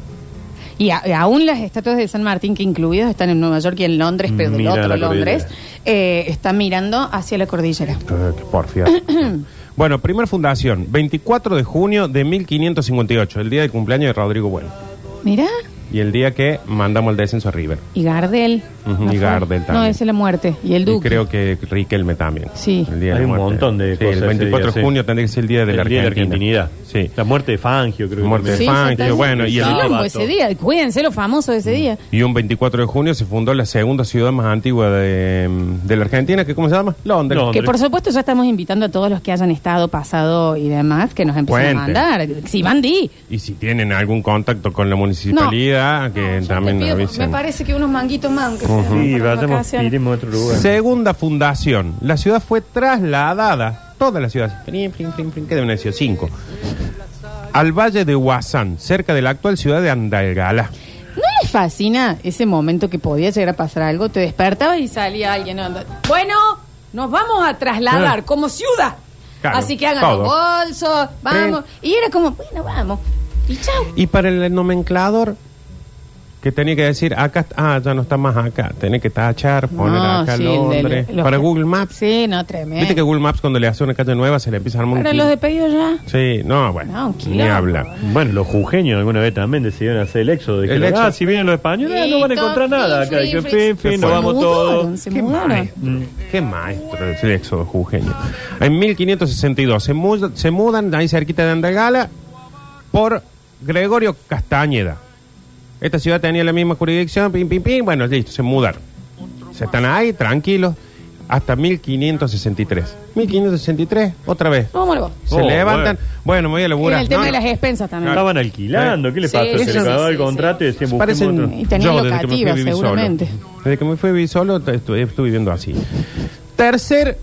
[SPEAKER 1] Y, a- y aún las estatuas de San Martín, que incluidos están en Nueva York y en Londres, pero del
[SPEAKER 3] Mira
[SPEAKER 1] otro
[SPEAKER 3] la
[SPEAKER 1] Londres,
[SPEAKER 3] cordillera.
[SPEAKER 1] eh, están mirando hacia la cordillera.
[SPEAKER 2] Eh, qué porfía. bueno, primer fundación, 24 de junio de 1558, el día del cumpleaños de Rodrigo Bueno.
[SPEAKER 1] Mira,
[SPEAKER 2] Y el día que mandamos el descenso a River.
[SPEAKER 1] y Gardel.
[SPEAKER 2] Ujú,
[SPEAKER 1] ¿no
[SPEAKER 2] y
[SPEAKER 1] fue?
[SPEAKER 2] Gardel
[SPEAKER 1] No,
[SPEAKER 2] también.
[SPEAKER 1] ese es la muerte. Y el
[SPEAKER 2] Y
[SPEAKER 1] Duque.
[SPEAKER 2] creo que Riquelme también.
[SPEAKER 1] Sí.
[SPEAKER 2] El día de la
[SPEAKER 3] Hay un
[SPEAKER 2] muerte.
[SPEAKER 3] montón de
[SPEAKER 2] Sí,
[SPEAKER 3] cosas ese
[SPEAKER 2] El 24
[SPEAKER 3] día,
[SPEAKER 2] de
[SPEAKER 3] sí.
[SPEAKER 2] junio tendría que ser el día de la
[SPEAKER 3] El día de la
[SPEAKER 2] Argentina.
[SPEAKER 3] Argentinidad. La muerte de Fangio, creo que
[SPEAKER 2] Muerte de
[SPEAKER 1] Sí,
[SPEAKER 3] también.
[SPEAKER 2] Fangio,
[SPEAKER 1] exactamente.
[SPEAKER 2] bueno, y el- Mm.
[SPEAKER 1] Quilombo ese día. Cuídense lo famoso de ese día.
[SPEAKER 2] Y un 24 de junio se fundó la segunda ciudad más antigua de, mm, de la Argentina, que ¿cómo se llama? Londres.
[SPEAKER 3] Londres.
[SPEAKER 1] Que por supuesto ya estamos invitando a todos los que hayan estado, pasado y demás, que nos empiecen a
[SPEAKER 2] Cuenten.
[SPEAKER 1] mandar. Si van, di.
[SPEAKER 2] Y si tienen algún contacto con la municipalidad, que
[SPEAKER 1] Yo te
[SPEAKER 2] también
[SPEAKER 1] pido, me
[SPEAKER 2] avisen.
[SPEAKER 1] parece que unos manguitos más, aunque sea, para
[SPEAKER 3] Sí,
[SPEAKER 1] las
[SPEAKER 3] vayamos,
[SPEAKER 1] vacaciones.
[SPEAKER 3] piremos a otro lugar.
[SPEAKER 2] Segunda fundación. La ciudad fue trasladada, toda la ciudad, frin, frin, frin, frin, que de una ciudad, cinco, al valle de Huasán, cerca de la actual ciudad de Andalgalá.
[SPEAKER 1] ¿No les fascina ese momento que podía llegar a pasar algo? Te despertabas y salía alguien. anda- Bueno, nos vamos a trasladar
[SPEAKER 2] Ah.
[SPEAKER 1] como ciudad.
[SPEAKER 2] Claro,
[SPEAKER 1] Así que hagan
[SPEAKER 2] todo.
[SPEAKER 1] los bolsos, vamos. Y era como, bueno, vamos. Y chao.
[SPEAKER 2] Y para el nomenclador, que tenía que decir, acá, ah, ya no está más acá, tenía que tachar, poner
[SPEAKER 1] No,
[SPEAKER 2] acá
[SPEAKER 1] sí, el de
[SPEAKER 2] Londres.
[SPEAKER 1] los-
[SPEAKER 2] para Google Maps.
[SPEAKER 1] Sí, no, tremendo.
[SPEAKER 2] Viste que Google Maps cuando le hace una calle nueva se le empieza a armar un
[SPEAKER 1] Eh. Para los
[SPEAKER 2] quil-
[SPEAKER 1] de pedido ya.
[SPEAKER 2] Sí, no, bueno,
[SPEAKER 1] No, un
[SPEAKER 2] ni
[SPEAKER 1] quilombo.
[SPEAKER 2] habla.
[SPEAKER 3] Bueno, los jujeños alguna vez también decidieron hacer el éxodo. Dijeron,
[SPEAKER 2] El éxodo.
[SPEAKER 3] Ah, si vienen los españoles,
[SPEAKER 1] Sí,
[SPEAKER 3] no van a
[SPEAKER 1] todo
[SPEAKER 3] encontrar
[SPEAKER 1] frin,
[SPEAKER 3] nada acá.
[SPEAKER 1] frin,
[SPEAKER 3] Que
[SPEAKER 1] frin.
[SPEAKER 3] fin, fin,
[SPEAKER 2] Se
[SPEAKER 3] nos
[SPEAKER 2] fueron.
[SPEAKER 3] vamos
[SPEAKER 1] Mudaron,
[SPEAKER 3] todos.
[SPEAKER 1] se mudaron.
[SPEAKER 2] Mm, Qué maestro el éxodo jujeño. En 1562 se, mu- se mudan ahí cerquita de Andagala por Gregorio Castañeda. Esta ciudad tenía la misma jurisdicción, pim, pim, pim. Bueno, listo, se mudaron. Se están ahí, tranquilos. hasta 1563. 1563, otra vez.
[SPEAKER 1] No, muero.
[SPEAKER 2] Se
[SPEAKER 3] Oh,
[SPEAKER 2] levantan. Bueno. me voy a laburar.
[SPEAKER 1] Tiene el tema
[SPEAKER 2] No,
[SPEAKER 1] de
[SPEAKER 2] no.
[SPEAKER 1] las expensas también.
[SPEAKER 3] Estaban alquilando, ¿qué le
[SPEAKER 1] Sí,
[SPEAKER 3] pasó?
[SPEAKER 1] sí,
[SPEAKER 3] Se le
[SPEAKER 1] sí,
[SPEAKER 3] acababa el
[SPEAKER 1] sí,
[SPEAKER 3] contrato y decían,
[SPEAKER 2] Parecen-
[SPEAKER 3] busquemos otro.
[SPEAKER 1] Y tenía
[SPEAKER 2] yo, desde que me fui a
[SPEAKER 1] locativa,
[SPEAKER 2] vivir
[SPEAKER 1] seguramente.
[SPEAKER 2] solo. Desde que me fui a vivir solo, t- estuve, estuve viviendo así. Tercer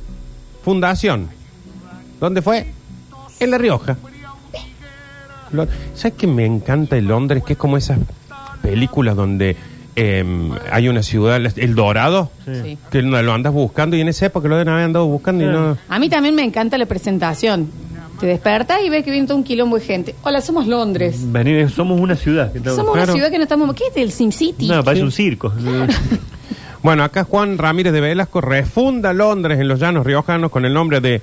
[SPEAKER 2] fundación. ¿Dónde fue? En La Rioja. Lo- ¿Sabes que me encanta el Londres? Que es como esas películas donde em, hay una ciudad, El Dorado,
[SPEAKER 1] Sí.
[SPEAKER 2] que no- lo andas buscando y en esa época lo deben haber andado buscando y no...
[SPEAKER 1] A mí también me encanta la presentación. Te despertas y ves que viene todo un quilombo de gente. Hola, somos Londres.
[SPEAKER 3] Venir- somos una ciudad. que estamos-
[SPEAKER 1] Somos
[SPEAKER 2] Mm, claro.
[SPEAKER 1] una ciudad que no estamos. ¿Qué es del Sim City?
[SPEAKER 3] No, parece un circo.
[SPEAKER 2] Bueno, acá Juan Ramírez de Velasco refunda Londres en los llanos riojanos con el nombre de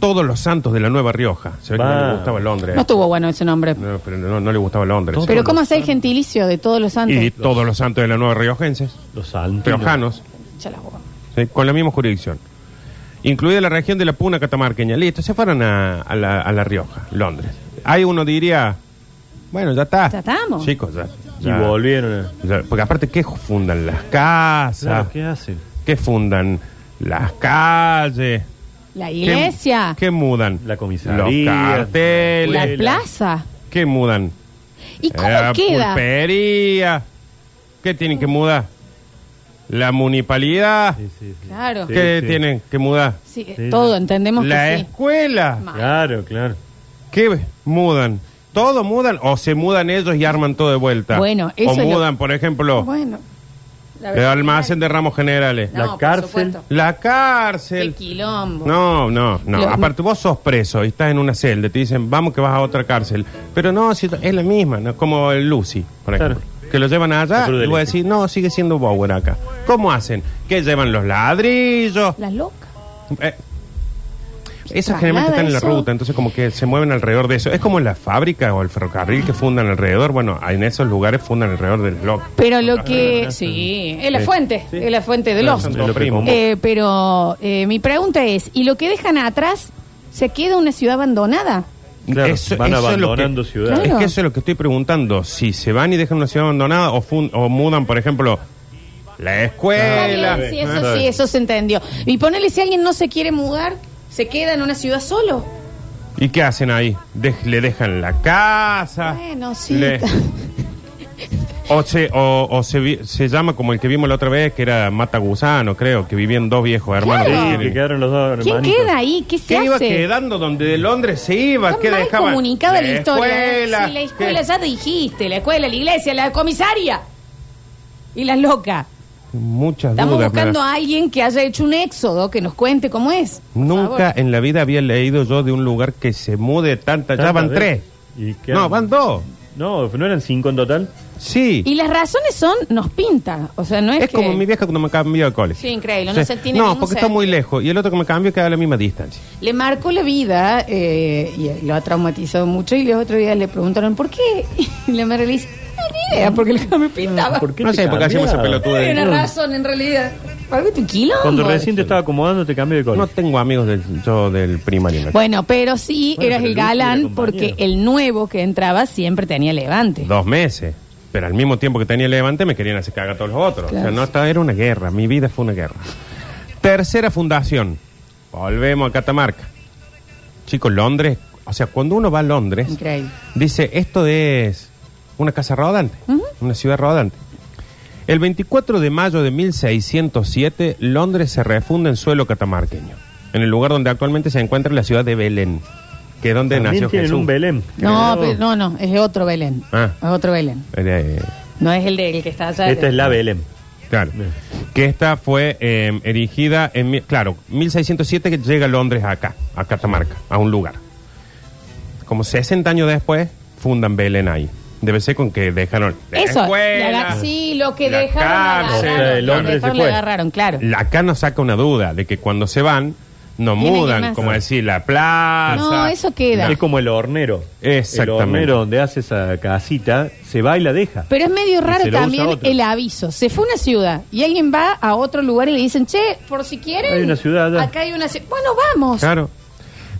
[SPEAKER 2] Todos los Santos de la Nueva Rioja. Se ve que no
[SPEAKER 3] Va.
[SPEAKER 2] le gustaba Londres.
[SPEAKER 1] No estuvo bueno ese nombre.
[SPEAKER 2] No, pero no, no le gustaba Londres.
[SPEAKER 1] Pero ¿cómo hace el gentilicio de todos los santos?
[SPEAKER 2] Y todos los santos de la Nueva Riojenses,
[SPEAKER 3] Los santos.
[SPEAKER 2] riojanos,
[SPEAKER 1] Ya las bobo.
[SPEAKER 2] ¿sí? con la misma jurisdicción. Incluida la región de la Puna Catamarqueña. Listo, se fueron a, a la, a La Rioja, Londres. Ahí uno diría, bueno, ya está.
[SPEAKER 1] Ya estamos.
[SPEAKER 2] Chicos, ya.
[SPEAKER 3] Y
[SPEAKER 2] ya-
[SPEAKER 3] volvieron. a-
[SPEAKER 2] ya- porque aparte, ¿qué fundan las casas?
[SPEAKER 3] Claro, ¿qué hacen?
[SPEAKER 2] ¿Qué fundan las calles?
[SPEAKER 1] La
[SPEAKER 2] ¿Qué-
[SPEAKER 1] iglesia,
[SPEAKER 2] ¿Qué, mudan?
[SPEAKER 3] La comisaría,
[SPEAKER 2] Los carteles.
[SPEAKER 1] la
[SPEAKER 3] la-
[SPEAKER 1] plaza.
[SPEAKER 2] ¿Qué mudan?
[SPEAKER 1] ¿Y cómo
[SPEAKER 2] La
[SPEAKER 1] queda?
[SPEAKER 2] pulpería. ¿Qué tienen que mudar? La municipalidad.
[SPEAKER 3] Sí, sí, sí.
[SPEAKER 1] Claro.
[SPEAKER 3] Sí.
[SPEAKER 2] ¿Qué tienen que mudar?
[SPEAKER 1] Sí, eh,
[SPEAKER 3] Sí.
[SPEAKER 1] todo, entendemos
[SPEAKER 2] La
[SPEAKER 1] que sí.
[SPEAKER 2] escuela.
[SPEAKER 1] Ma-
[SPEAKER 3] Claro, claro.
[SPEAKER 2] ¿Qué mudan? ¿Todo mudan o se mudan ellos y arman todo de vuelta?
[SPEAKER 1] Bueno, eso
[SPEAKER 2] O
[SPEAKER 1] es lo-
[SPEAKER 2] mudan, por ejemplo,
[SPEAKER 1] Bueno. La
[SPEAKER 2] el almacén de ramos generales.
[SPEAKER 1] No,
[SPEAKER 3] la
[SPEAKER 1] por
[SPEAKER 3] cárcel.
[SPEAKER 1] supuesto.
[SPEAKER 2] La
[SPEAKER 1] El
[SPEAKER 2] cárcel.
[SPEAKER 1] quilombo.
[SPEAKER 2] No, no, no.
[SPEAKER 1] Lo-
[SPEAKER 2] Aparte, vos sos preso y estás en una celda. Te dicen, vamos que vas a otra cárcel. Pero no, si es la misma, ¿no? como el Lucy, por ejemplo. Que lo llevan allá
[SPEAKER 3] La Cruz
[SPEAKER 2] y
[SPEAKER 3] del
[SPEAKER 2] vos
[SPEAKER 3] Este.
[SPEAKER 2] decís, no, sigue siendo Bower acá. ¿Cómo hacen? Que llevan los ladrillos.
[SPEAKER 1] Las locas.
[SPEAKER 2] Eh,
[SPEAKER 1] Traslada
[SPEAKER 2] Esas generalmente están en la
[SPEAKER 1] eso.
[SPEAKER 2] ruta, entonces como que se mueven alrededor de eso. Es como la fábrica o el ferrocarril que fundan alrededor. Bueno, en esos lugares fundan alrededor del blog.
[SPEAKER 1] Pero lo que... Sí, es la
[SPEAKER 2] Sí.
[SPEAKER 1] fuente,
[SPEAKER 2] Sí.
[SPEAKER 1] es la fuente de
[SPEAKER 2] Claro,
[SPEAKER 1] los.
[SPEAKER 2] son todos
[SPEAKER 3] Lo que
[SPEAKER 2] primos.
[SPEAKER 3] como.
[SPEAKER 1] Eh, pero eh, mi pregunta es, ¿y lo que dejan atrás se queda una ciudad abandonada?
[SPEAKER 3] Claro, van abandonando
[SPEAKER 2] es lo que,
[SPEAKER 3] ciudades.
[SPEAKER 2] Es
[SPEAKER 1] Claro.
[SPEAKER 2] que eso es lo que estoy preguntando. Si se van y dejan una ciudad abandonada o, fun- o mudan, por ejemplo, Eh, la
[SPEAKER 1] Está
[SPEAKER 2] escuela.
[SPEAKER 1] bien, sí, eso
[SPEAKER 3] Claro.
[SPEAKER 1] sí, eso se entendió. Y ponele si alguien no se quiere mudar, se queda en una ciudad solo.
[SPEAKER 2] ¿Y qué hacen ahí? Dej- le dejan la casa.
[SPEAKER 1] Bueno, sí.
[SPEAKER 2] Ah, le- o se, o, o se, vi- se llama como el que vimos la otra vez, que era Mata Gusano, creo, que vivían dos viejos hermanos.
[SPEAKER 1] Claro.
[SPEAKER 2] que
[SPEAKER 3] Que
[SPEAKER 2] tienen-
[SPEAKER 3] quedaron los dos
[SPEAKER 1] ¿Quién
[SPEAKER 3] hermanitos.
[SPEAKER 1] queda ahí? ¿Qué se
[SPEAKER 2] ¿Qué
[SPEAKER 1] hace?
[SPEAKER 2] iba quedando donde de Londres se iba?
[SPEAKER 1] Está
[SPEAKER 2] ¿Qué
[SPEAKER 1] mal
[SPEAKER 2] dejaban?
[SPEAKER 1] comunicada la, historia. ¿eh?
[SPEAKER 2] escuela,
[SPEAKER 1] Sí, la escuela
[SPEAKER 2] ¿qué?
[SPEAKER 1] ya dijiste, la escuela, la iglesia, la comisaria y las locas.
[SPEAKER 2] Muchas
[SPEAKER 1] Estamos
[SPEAKER 2] dudas. me
[SPEAKER 1] buscando
[SPEAKER 2] da.
[SPEAKER 1] a alguien que haya hecho un éxodo, que nos cuente cómo es. por
[SPEAKER 2] Nunca
[SPEAKER 1] favor.
[SPEAKER 2] en la vida había leído yo de un lugar que se mude tanta. Ya
[SPEAKER 3] Tantas
[SPEAKER 2] van tres.
[SPEAKER 3] veces. ¿Y qué
[SPEAKER 2] No,
[SPEAKER 3] hacen?
[SPEAKER 2] van dos.
[SPEAKER 3] No, ¿no eran cinco en total?
[SPEAKER 2] Sí.
[SPEAKER 1] Y las razones son, nos pinta. O sea, no es,
[SPEAKER 2] Es
[SPEAKER 1] que...
[SPEAKER 2] como mi vieja cuando me cambió de colegio.
[SPEAKER 1] Sí, increíble, no se tiene
[SPEAKER 2] No,
[SPEAKER 1] ningún
[SPEAKER 2] porque está muy lejos. Y el otro que me cambió queda a la misma distancia.
[SPEAKER 1] Le marcó la vida eh, y lo ha traumatizado mucho. Y los otros días le preguntaron por qué. Y la madre le dice, "No, ni idea, porque el que me pintaba.
[SPEAKER 3] ¿Por qué
[SPEAKER 2] No
[SPEAKER 3] te
[SPEAKER 2] sé, porque hacemos esa
[SPEAKER 3] cambiaron?
[SPEAKER 2] pelotuda
[SPEAKER 1] Hay una
[SPEAKER 2] de.
[SPEAKER 1] razón, en realidad. Algo de un quilombo.
[SPEAKER 3] Cuando recién te estaba acomodando, te cambié de color.
[SPEAKER 2] No tengo amigos del, yo del primario.
[SPEAKER 1] Bueno, pero sí,
[SPEAKER 3] Bueno,
[SPEAKER 1] eras
[SPEAKER 3] pero
[SPEAKER 1] el
[SPEAKER 3] el último era
[SPEAKER 1] galán
[SPEAKER 3] compañero.
[SPEAKER 1] porque el nuevo que entraba siempre tenía levante.
[SPEAKER 2] Dos meses. Pero al mismo tiempo que tenía el levante, me querían hacer cagar a todos los otros. O
[SPEAKER 1] Claro.
[SPEAKER 2] sea, no, estaba, era una guerra. Mi vida fue una guerra. Tercera fundación. Volvemos a Catamarca. Chicos, Londres. O sea, cuando uno va a Londres,
[SPEAKER 1] Increíble.
[SPEAKER 2] dice: esto es una casa rodante, una ciudad rodante. El 24 de mayo de 1607, Londres se refunda en suelo catamarqueño, en el lugar donde actualmente se encuentra la ciudad de Belén, que es donde
[SPEAKER 3] También
[SPEAKER 2] nació
[SPEAKER 3] tienen
[SPEAKER 2] Jesús.
[SPEAKER 3] un Belén.
[SPEAKER 1] No,
[SPEAKER 3] Claro.
[SPEAKER 1] pero- no, no, es otro Belén.
[SPEAKER 2] Ah.
[SPEAKER 1] Es otro Belén.
[SPEAKER 2] Eh,
[SPEAKER 1] No es el del que está allá.
[SPEAKER 3] Esta es la Belén.
[SPEAKER 2] Claro. Que esta fue eh, erigida en, mi- claro, 1607 que llega a Londres acá, a Catamarca, a un lugar. Como 60 años después, fundan Belén ahí. Debe ser con que dejaron la
[SPEAKER 1] Eso,
[SPEAKER 2] escuela,
[SPEAKER 1] la ga- sí, lo que
[SPEAKER 2] la
[SPEAKER 1] dejaron,
[SPEAKER 2] cárcel.
[SPEAKER 1] la
[SPEAKER 3] O sea, de
[SPEAKER 1] agarraron, lo que
[SPEAKER 3] Londres se
[SPEAKER 1] dejaron,
[SPEAKER 3] fue.
[SPEAKER 1] la agarraron, claro.
[SPEAKER 2] La- Acá nos saca una duda de que cuando se van, no
[SPEAKER 1] Tienen que
[SPEAKER 2] mudan,
[SPEAKER 1] más.
[SPEAKER 2] como decir, la plaza.
[SPEAKER 1] No, eso queda.
[SPEAKER 3] Es como el hornero.
[SPEAKER 2] Exactamente.
[SPEAKER 3] El hornero donde hace esa casita, se va y la deja.
[SPEAKER 1] Pero es medio
[SPEAKER 3] se
[SPEAKER 1] raro
[SPEAKER 3] la usa
[SPEAKER 1] también
[SPEAKER 3] otra.
[SPEAKER 1] el aviso. Se fue a una ciudad y alguien va a otro lugar y le dicen, che, por si quieren.
[SPEAKER 3] Hay una ciudad allá.
[SPEAKER 1] Acá hay una ciudad. Bueno, vamos.
[SPEAKER 2] Claro.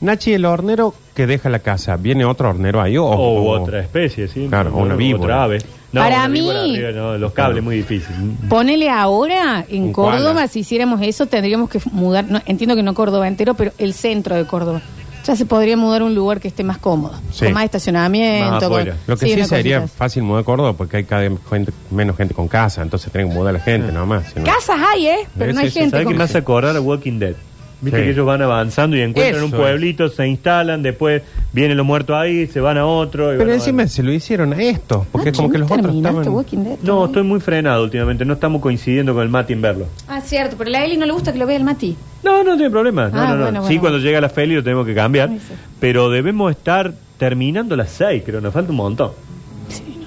[SPEAKER 2] Nachi el hornero, que deja la casa, ¿viene otro hornero ahí o,
[SPEAKER 3] O
[SPEAKER 2] o-
[SPEAKER 3] otra especie, ¿sí?
[SPEAKER 2] Oh. Claro,
[SPEAKER 3] No,
[SPEAKER 2] o una
[SPEAKER 3] no,
[SPEAKER 2] víbora.
[SPEAKER 3] Otra ave. No,
[SPEAKER 1] Para
[SPEAKER 3] una
[SPEAKER 1] mí-
[SPEAKER 3] víbora arriba, no, los cables, muy difícil.
[SPEAKER 1] Ponele ahora en
[SPEAKER 2] Un
[SPEAKER 1] Córdoba,
[SPEAKER 2] koala.
[SPEAKER 1] si hiciéramos eso, tendríamos que mudar, no, entiendo que no Córdoba entero, pero el centro de Córdoba. Ya se podría mudar a un lugar que esté más cómodo,
[SPEAKER 2] Sí.
[SPEAKER 1] con más
[SPEAKER 3] Más
[SPEAKER 1] estacionamiento.
[SPEAKER 3] afuera.
[SPEAKER 1] con-
[SPEAKER 2] Lo que sí,
[SPEAKER 1] una
[SPEAKER 2] sería
[SPEAKER 1] cosita.
[SPEAKER 2] fácil mudar a Córdoba porque hay cada vez gente- menos gente con casa, entonces tienen que mudar a la
[SPEAKER 1] Ah.
[SPEAKER 2] gente nomás. si no-
[SPEAKER 1] Casas hay, ¿eh? Pero
[SPEAKER 2] Sí,
[SPEAKER 1] no hay
[SPEAKER 2] sí, sí,
[SPEAKER 1] gente.
[SPEAKER 3] ¿Sabes
[SPEAKER 1] con-
[SPEAKER 3] qué me hace acordar a Walking Dead? Viste
[SPEAKER 2] Sí.
[SPEAKER 3] que ellos van avanzando y
[SPEAKER 2] Eso
[SPEAKER 3] encuentran un pueblito, se instalan, después vienen los muertos ahí, se van a otro. y
[SPEAKER 2] Pero
[SPEAKER 3] van a-
[SPEAKER 2] encima se lo hicieron a estos, porque es
[SPEAKER 1] Nacho,
[SPEAKER 2] como que
[SPEAKER 1] ¿no
[SPEAKER 2] los otros
[SPEAKER 1] Ah, terminaste
[SPEAKER 2] estaban...
[SPEAKER 1] Walking Dead?
[SPEAKER 3] No, estoy muy frenado últimamente, no estamos coincidiendo con el Mati en verlo.
[SPEAKER 1] Ah, cierto, pero a la Eli no le gusta que lo vea el Mati.
[SPEAKER 3] No, no tiene problema. No,
[SPEAKER 1] Ah,
[SPEAKER 3] no, no.
[SPEAKER 1] bueno,
[SPEAKER 3] sí,
[SPEAKER 1] bueno.
[SPEAKER 3] cuando llega la Feli lo tenemos que cambiar.
[SPEAKER 1] Ay, sí.
[SPEAKER 3] Pero debemos estar terminando las seis, creo. Nos falta un montón.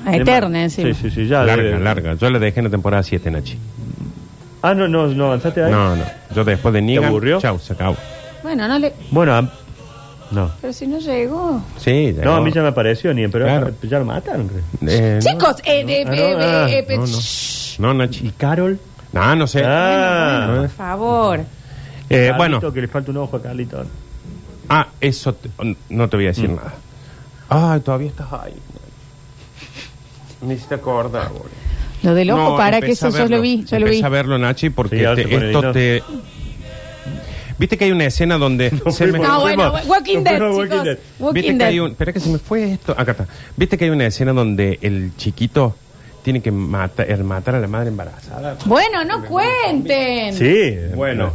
[SPEAKER 1] A Ah, Eterna, encima.
[SPEAKER 3] Sí, sí, sí, ya.
[SPEAKER 2] larga,
[SPEAKER 3] debe-
[SPEAKER 2] larga. Yo la dejé en la temporada 7, Nachi.
[SPEAKER 3] Ah, no, no, no avanzaste ahí.
[SPEAKER 2] No, no. Yo después de Negan...
[SPEAKER 3] aburrió?
[SPEAKER 2] Chau, se acabó.
[SPEAKER 1] Bueno, no le...
[SPEAKER 3] Bueno, am- no.
[SPEAKER 1] Pero si no llegó...
[SPEAKER 2] Sí, ya
[SPEAKER 3] No, a mí
[SPEAKER 2] acabó.
[SPEAKER 3] ya me apareció ni, pero
[SPEAKER 2] Claro.
[SPEAKER 3] ya lo mataron, creo.
[SPEAKER 2] Eh, no.
[SPEAKER 1] Chicos, eh, de-
[SPEAKER 3] Ah, no,
[SPEAKER 1] eh,
[SPEAKER 3] ah,
[SPEAKER 1] eh, eh,
[SPEAKER 2] no, no.
[SPEAKER 1] shh.
[SPEAKER 2] No, Nachi.
[SPEAKER 3] ¿Y Carol?
[SPEAKER 2] No, no sé.
[SPEAKER 3] Ah.
[SPEAKER 1] Bueno, por favor.
[SPEAKER 2] Eh,
[SPEAKER 3] Carlito,
[SPEAKER 2] bueno,
[SPEAKER 3] que le falta un ojo a Carlito.
[SPEAKER 2] ah, eso te- no te voy a
[SPEAKER 3] Mm.
[SPEAKER 2] decir nada. Ay, todavía estás ahí. Me hiciste acordar, boludo.
[SPEAKER 1] Lo del ojo,
[SPEAKER 2] No,
[SPEAKER 1] para que
[SPEAKER 2] empecé
[SPEAKER 1] eso
[SPEAKER 2] a
[SPEAKER 1] yo lo
[SPEAKER 2] verlo.
[SPEAKER 1] vi, yo lo vi.
[SPEAKER 2] Empecé a verlo, Nachi, porque
[SPEAKER 3] Sí, ahora
[SPEAKER 2] te-
[SPEAKER 3] se pone
[SPEAKER 2] esto
[SPEAKER 3] lindo.
[SPEAKER 2] te... Viste que hay una escena donde... se me...
[SPEAKER 1] Ah, bueno, Walking Dead, chicos.
[SPEAKER 2] Viste
[SPEAKER 1] Walking
[SPEAKER 2] que
[SPEAKER 1] Dead.
[SPEAKER 2] hay un... Espera que se me fue esto. Acá está. Viste que hay una escena donde el chiquito tiene que matar, el matar a la madre embarazada.
[SPEAKER 1] Bueno, no cuenten.
[SPEAKER 3] Sí.
[SPEAKER 2] Bueno,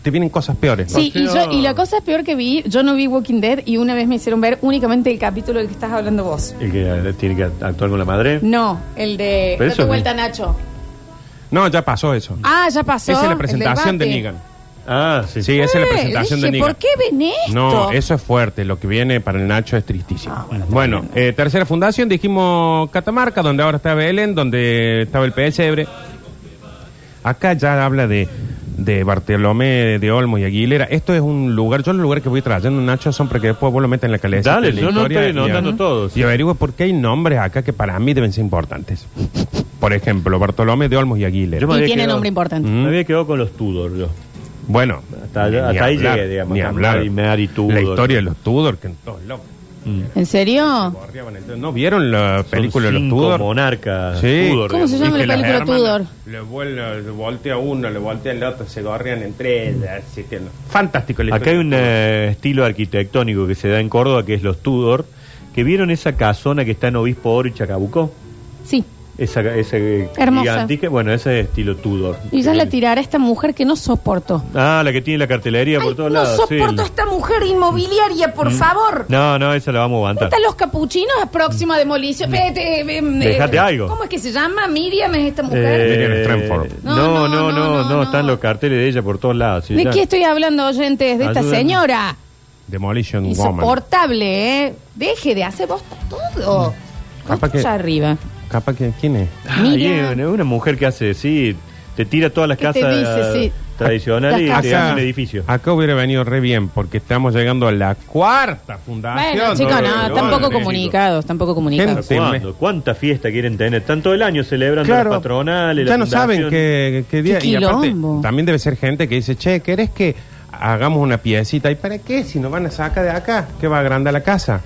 [SPEAKER 2] te vienen cosas peores. ¿no?
[SPEAKER 1] Sí, y, yo, y la cosa es peor que vi, yo no vi Walking Dead y una vez me hicieron ver únicamente el capítulo del que estás hablando vos.
[SPEAKER 3] El que eh, tiene que actuar con la madre.
[SPEAKER 1] No, el de
[SPEAKER 3] Pero
[SPEAKER 1] Date
[SPEAKER 3] eso-
[SPEAKER 1] vuelta, Nacho.
[SPEAKER 2] No, ya pasó eso.
[SPEAKER 1] Ah, ya pasó.
[SPEAKER 2] Esa es la
[SPEAKER 1] el
[SPEAKER 2] presentación de
[SPEAKER 1] debate.
[SPEAKER 2] Negan.
[SPEAKER 3] Ah, sí.
[SPEAKER 2] Sí, esa es
[SPEAKER 1] Eh,
[SPEAKER 2] la presentación de
[SPEAKER 1] dije,
[SPEAKER 2] Negan.
[SPEAKER 1] ¿por qué ven esto? Ah,
[SPEAKER 2] No, eso es fuerte. Lo que viene para el Nacho es tristísimo. bueno, eh, tercera fundación, dijimos Catamarca, donde ahora está Belén, donde estaba el pesebre. Acá ya habla de, de Bartolomé, de Olmo y Aguilera. Esto es un lugar, yo los lugares que voy trayendo, Nacho, son para que después vos lo metas en la caleta.
[SPEAKER 3] Dale, yo no estoy notando todos.
[SPEAKER 2] Y averigua por qué hay nombres acá que para mí deben ser importantes. Por ejemplo, Bartolomé, de Olmos y Aguilera.
[SPEAKER 3] Yo me
[SPEAKER 1] Y
[SPEAKER 3] había
[SPEAKER 1] tiene
[SPEAKER 3] quedado-
[SPEAKER 1] nombre importante.
[SPEAKER 2] Mm.
[SPEAKER 3] Me había quedado con los Tudor, yo.
[SPEAKER 2] Bueno,
[SPEAKER 3] Hasta allá-
[SPEAKER 2] ni
[SPEAKER 3] hasta ahí
[SPEAKER 2] hablar,
[SPEAKER 3] llegué, digamos,
[SPEAKER 2] Ni
[SPEAKER 3] acá,
[SPEAKER 2] hablar.
[SPEAKER 3] Mary- Mary Tudor.
[SPEAKER 2] La historia de los Tudor, que en todos lados.
[SPEAKER 1] ¿En serio?
[SPEAKER 2] Corrían el- ¿No vieron la
[SPEAKER 3] Son
[SPEAKER 2] película de los
[SPEAKER 3] cinco
[SPEAKER 2] Tudor?
[SPEAKER 3] monarcas
[SPEAKER 2] Sí.
[SPEAKER 3] Tudor,
[SPEAKER 1] ¿Cómo se
[SPEAKER 3] digamos.
[SPEAKER 1] llama
[SPEAKER 2] Y que
[SPEAKER 1] la
[SPEAKER 2] las
[SPEAKER 1] película
[SPEAKER 2] hermanas
[SPEAKER 1] Tudor?
[SPEAKER 2] Le, vuelve- le voltea uno, le voltea el otro, se gorrean entre ellas. así que no. Fantástico. la
[SPEAKER 3] Acá hay
[SPEAKER 2] historia
[SPEAKER 3] un
[SPEAKER 2] de Tudor.
[SPEAKER 3] eh, estilo arquitectónico que se da en Córdoba, que es los Tudor, que vieron esa casona que está en Obispo Oro y Chacabucó.
[SPEAKER 1] Sí.
[SPEAKER 3] Esa, esa
[SPEAKER 1] Hermosa.
[SPEAKER 3] gigantica, bueno, ese es estilo Tudor.
[SPEAKER 1] Y ya la tirará esta mujer que no soporto.
[SPEAKER 3] Ah, la que tiene la cartelería
[SPEAKER 1] Ay,
[SPEAKER 3] por todos
[SPEAKER 1] no
[SPEAKER 3] lados. sí. Mm.
[SPEAKER 1] soporto a esta mujer inmobiliaria, por favor.
[SPEAKER 3] No, no, esa la vamos a
[SPEAKER 1] ¿Dónde
[SPEAKER 3] aguantar.
[SPEAKER 1] están los capuchinos a próxima demolición? Pe- te- eh, eh,
[SPEAKER 3] Mm. Dejate
[SPEAKER 1] eh,
[SPEAKER 3] algo.
[SPEAKER 1] ¿Cómo es que se llama? Miriam es esta mujer.
[SPEAKER 2] Miriam
[SPEAKER 3] Eh,
[SPEAKER 2] Stratford.
[SPEAKER 3] no, no, no, no,
[SPEAKER 1] no.
[SPEAKER 3] están los carteles de ella por todos lados. sí,
[SPEAKER 1] ¿De
[SPEAKER 3] ya.
[SPEAKER 1] qué estoy hablando, oyentes? De esta
[SPEAKER 3] Ayúdenme.
[SPEAKER 1] señora.
[SPEAKER 2] Demolition Woman.
[SPEAKER 1] Insoportable, ¿eh? Deje de hacer vos
[SPEAKER 3] Mm.
[SPEAKER 1] todo.
[SPEAKER 2] Capaz
[SPEAKER 1] Vos
[SPEAKER 2] que-
[SPEAKER 1] allá arriba.
[SPEAKER 2] Capaz que, ¿quién es?
[SPEAKER 3] Ay,
[SPEAKER 1] Mira.
[SPEAKER 3] Ah, es una- una mujer que hace, sí, te tira todas las
[SPEAKER 1] ¿Qué te
[SPEAKER 3] casas
[SPEAKER 1] dice? Sí.
[SPEAKER 3] tradicionales
[SPEAKER 1] Las
[SPEAKER 3] y te
[SPEAKER 1] casas.
[SPEAKER 3] hace un edificio.
[SPEAKER 2] acá hubiera venido re bien, porque estamos llegando a la cuarta fundación.
[SPEAKER 1] Bueno, chicos, no,
[SPEAKER 2] Dolores,
[SPEAKER 1] tampoco
[SPEAKER 2] chicos.
[SPEAKER 1] comunicados, tampoco comunicados.
[SPEAKER 2] eh, Gente,
[SPEAKER 3] ¿Cuándo? ¿Cuánta fiesta quieren tener? Tanto el año celebrando
[SPEAKER 2] Claro.
[SPEAKER 3] las patronales,
[SPEAKER 2] Ya
[SPEAKER 3] la
[SPEAKER 2] no saben
[SPEAKER 3] fundación.
[SPEAKER 2] qué, qué día.
[SPEAKER 1] Qué
[SPEAKER 2] y aparte,
[SPEAKER 1] quilombo.
[SPEAKER 2] también debe ser gente que dice, che, ¿querés que hagamos una piecita? ¿Y para qué? Si nos van a sacar de acá, que va a agrandar la casa.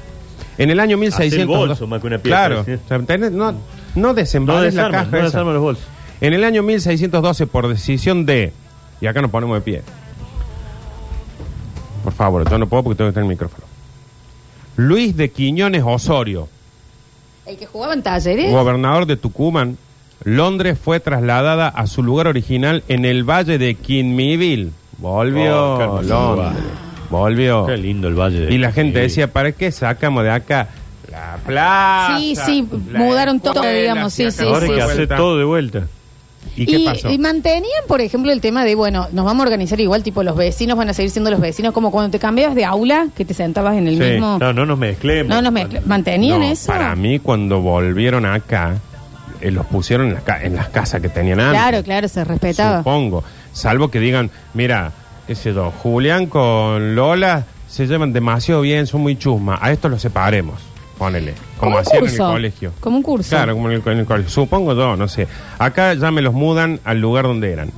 [SPEAKER 2] En el año 1600.
[SPEAKER 3] bolso más que una pieza,
[SPEAKER 2] Claro.
[SPEAKER 3] sí.
[SPEAKER 2] O sea, tenés- no no
[SPEAKER 3] No
[SPEAKER 2] desembales la
[SPEAKER 3] desarman,
[SPEAKER 2] caja.
[SPEAKER 3] no
[SPEAKER 2] esa.
[SPEAKER 3] desarman los bolsos.
[SPEAKER 2] En el año 1612, por decisión de. Y acá nos ponemos de pie. Por favor, yo no puedo porque tengo que tener el micrófono. Luis de Quiñones Osorio,
[SPEAKER 1] El que jugaba en talleres.
[SPEAKER 2] gobernador de Tucumán, Londres fue trasladada a su lugar original en el valle de Quinmiville. Volvió
[SPEAKER 3] Oh, qué hermoso
[SPEAKER 2] Londres. Volvió.
[SPEAKER 3] Qué lindo el valle. de-
[SPEAKER 2] Y la gente
[SPEAKER 3] Sí.
[SPEAKER 2] decía, ¿para qué sacamos de acá la plaza?
[SPEAKER 1] Sí, sí,
[SPEAKER 2] la
[SPEAKER 1] mudaron
[SPEAKER 2] escuela,
[SPEAKER 1] todo, digamos,
[SPEAKER 2] si
[SPEAKER 1] sí,
[SPEAKER 2] acá
[SPEAKER 1] sí,
[SPEAKER 2] no
[SPEAKER 3] Ahora hay
[SPEAKER 2] fue
[SPEAKER 3] que hacer
[SPEAKER 2] vuelta?
[SPEAKER 3] todo de vuelta.
[SPEAKER 2] ¿Y qué pasó?
[SPEAKER 1] y mantenían, por ejemplo, el tema de, bueno, nos vamos a organizar igual, tipo los vecinos van a seguir siendo los vecinos, como cuando te cambiabas de aula, que te sentabas en el
[SPEAKER 2] Sí,
[SPEAKER 1] mismo...
[SPEAKER 3] No, no nos mezclemos.
[SPEAKER 1] No, nos mezcla- ¿Mantenían
[SPEAKER 2] No,
[SPEAKER 1] eso?
[SPEAKER 2] Para mí, cuando volvieron acá, eh, los pusieron en, las ca- en las casas que tenían antes.
[SPEAKER 1] Claro, claro, se respetaba.
[SPEAKER 2] Supongo. Salvo que digan, mira, ese dos, Julián con Lola se llevan demasiado bien, son muy chusma. A estos los separemos. Ponele. Como,
[SPEAKER 1] Como un
[SPEAKER 2] hacían en
[SPEAKER 1] curso.
[SPEAKER 2] el colegio.
[SPEAKER 1] Como un curso.
[SPEAKER 2] Claro, como en el, en el colegio. Supongo yo, no sé. Acá ya me los mudan al lugar donde eran.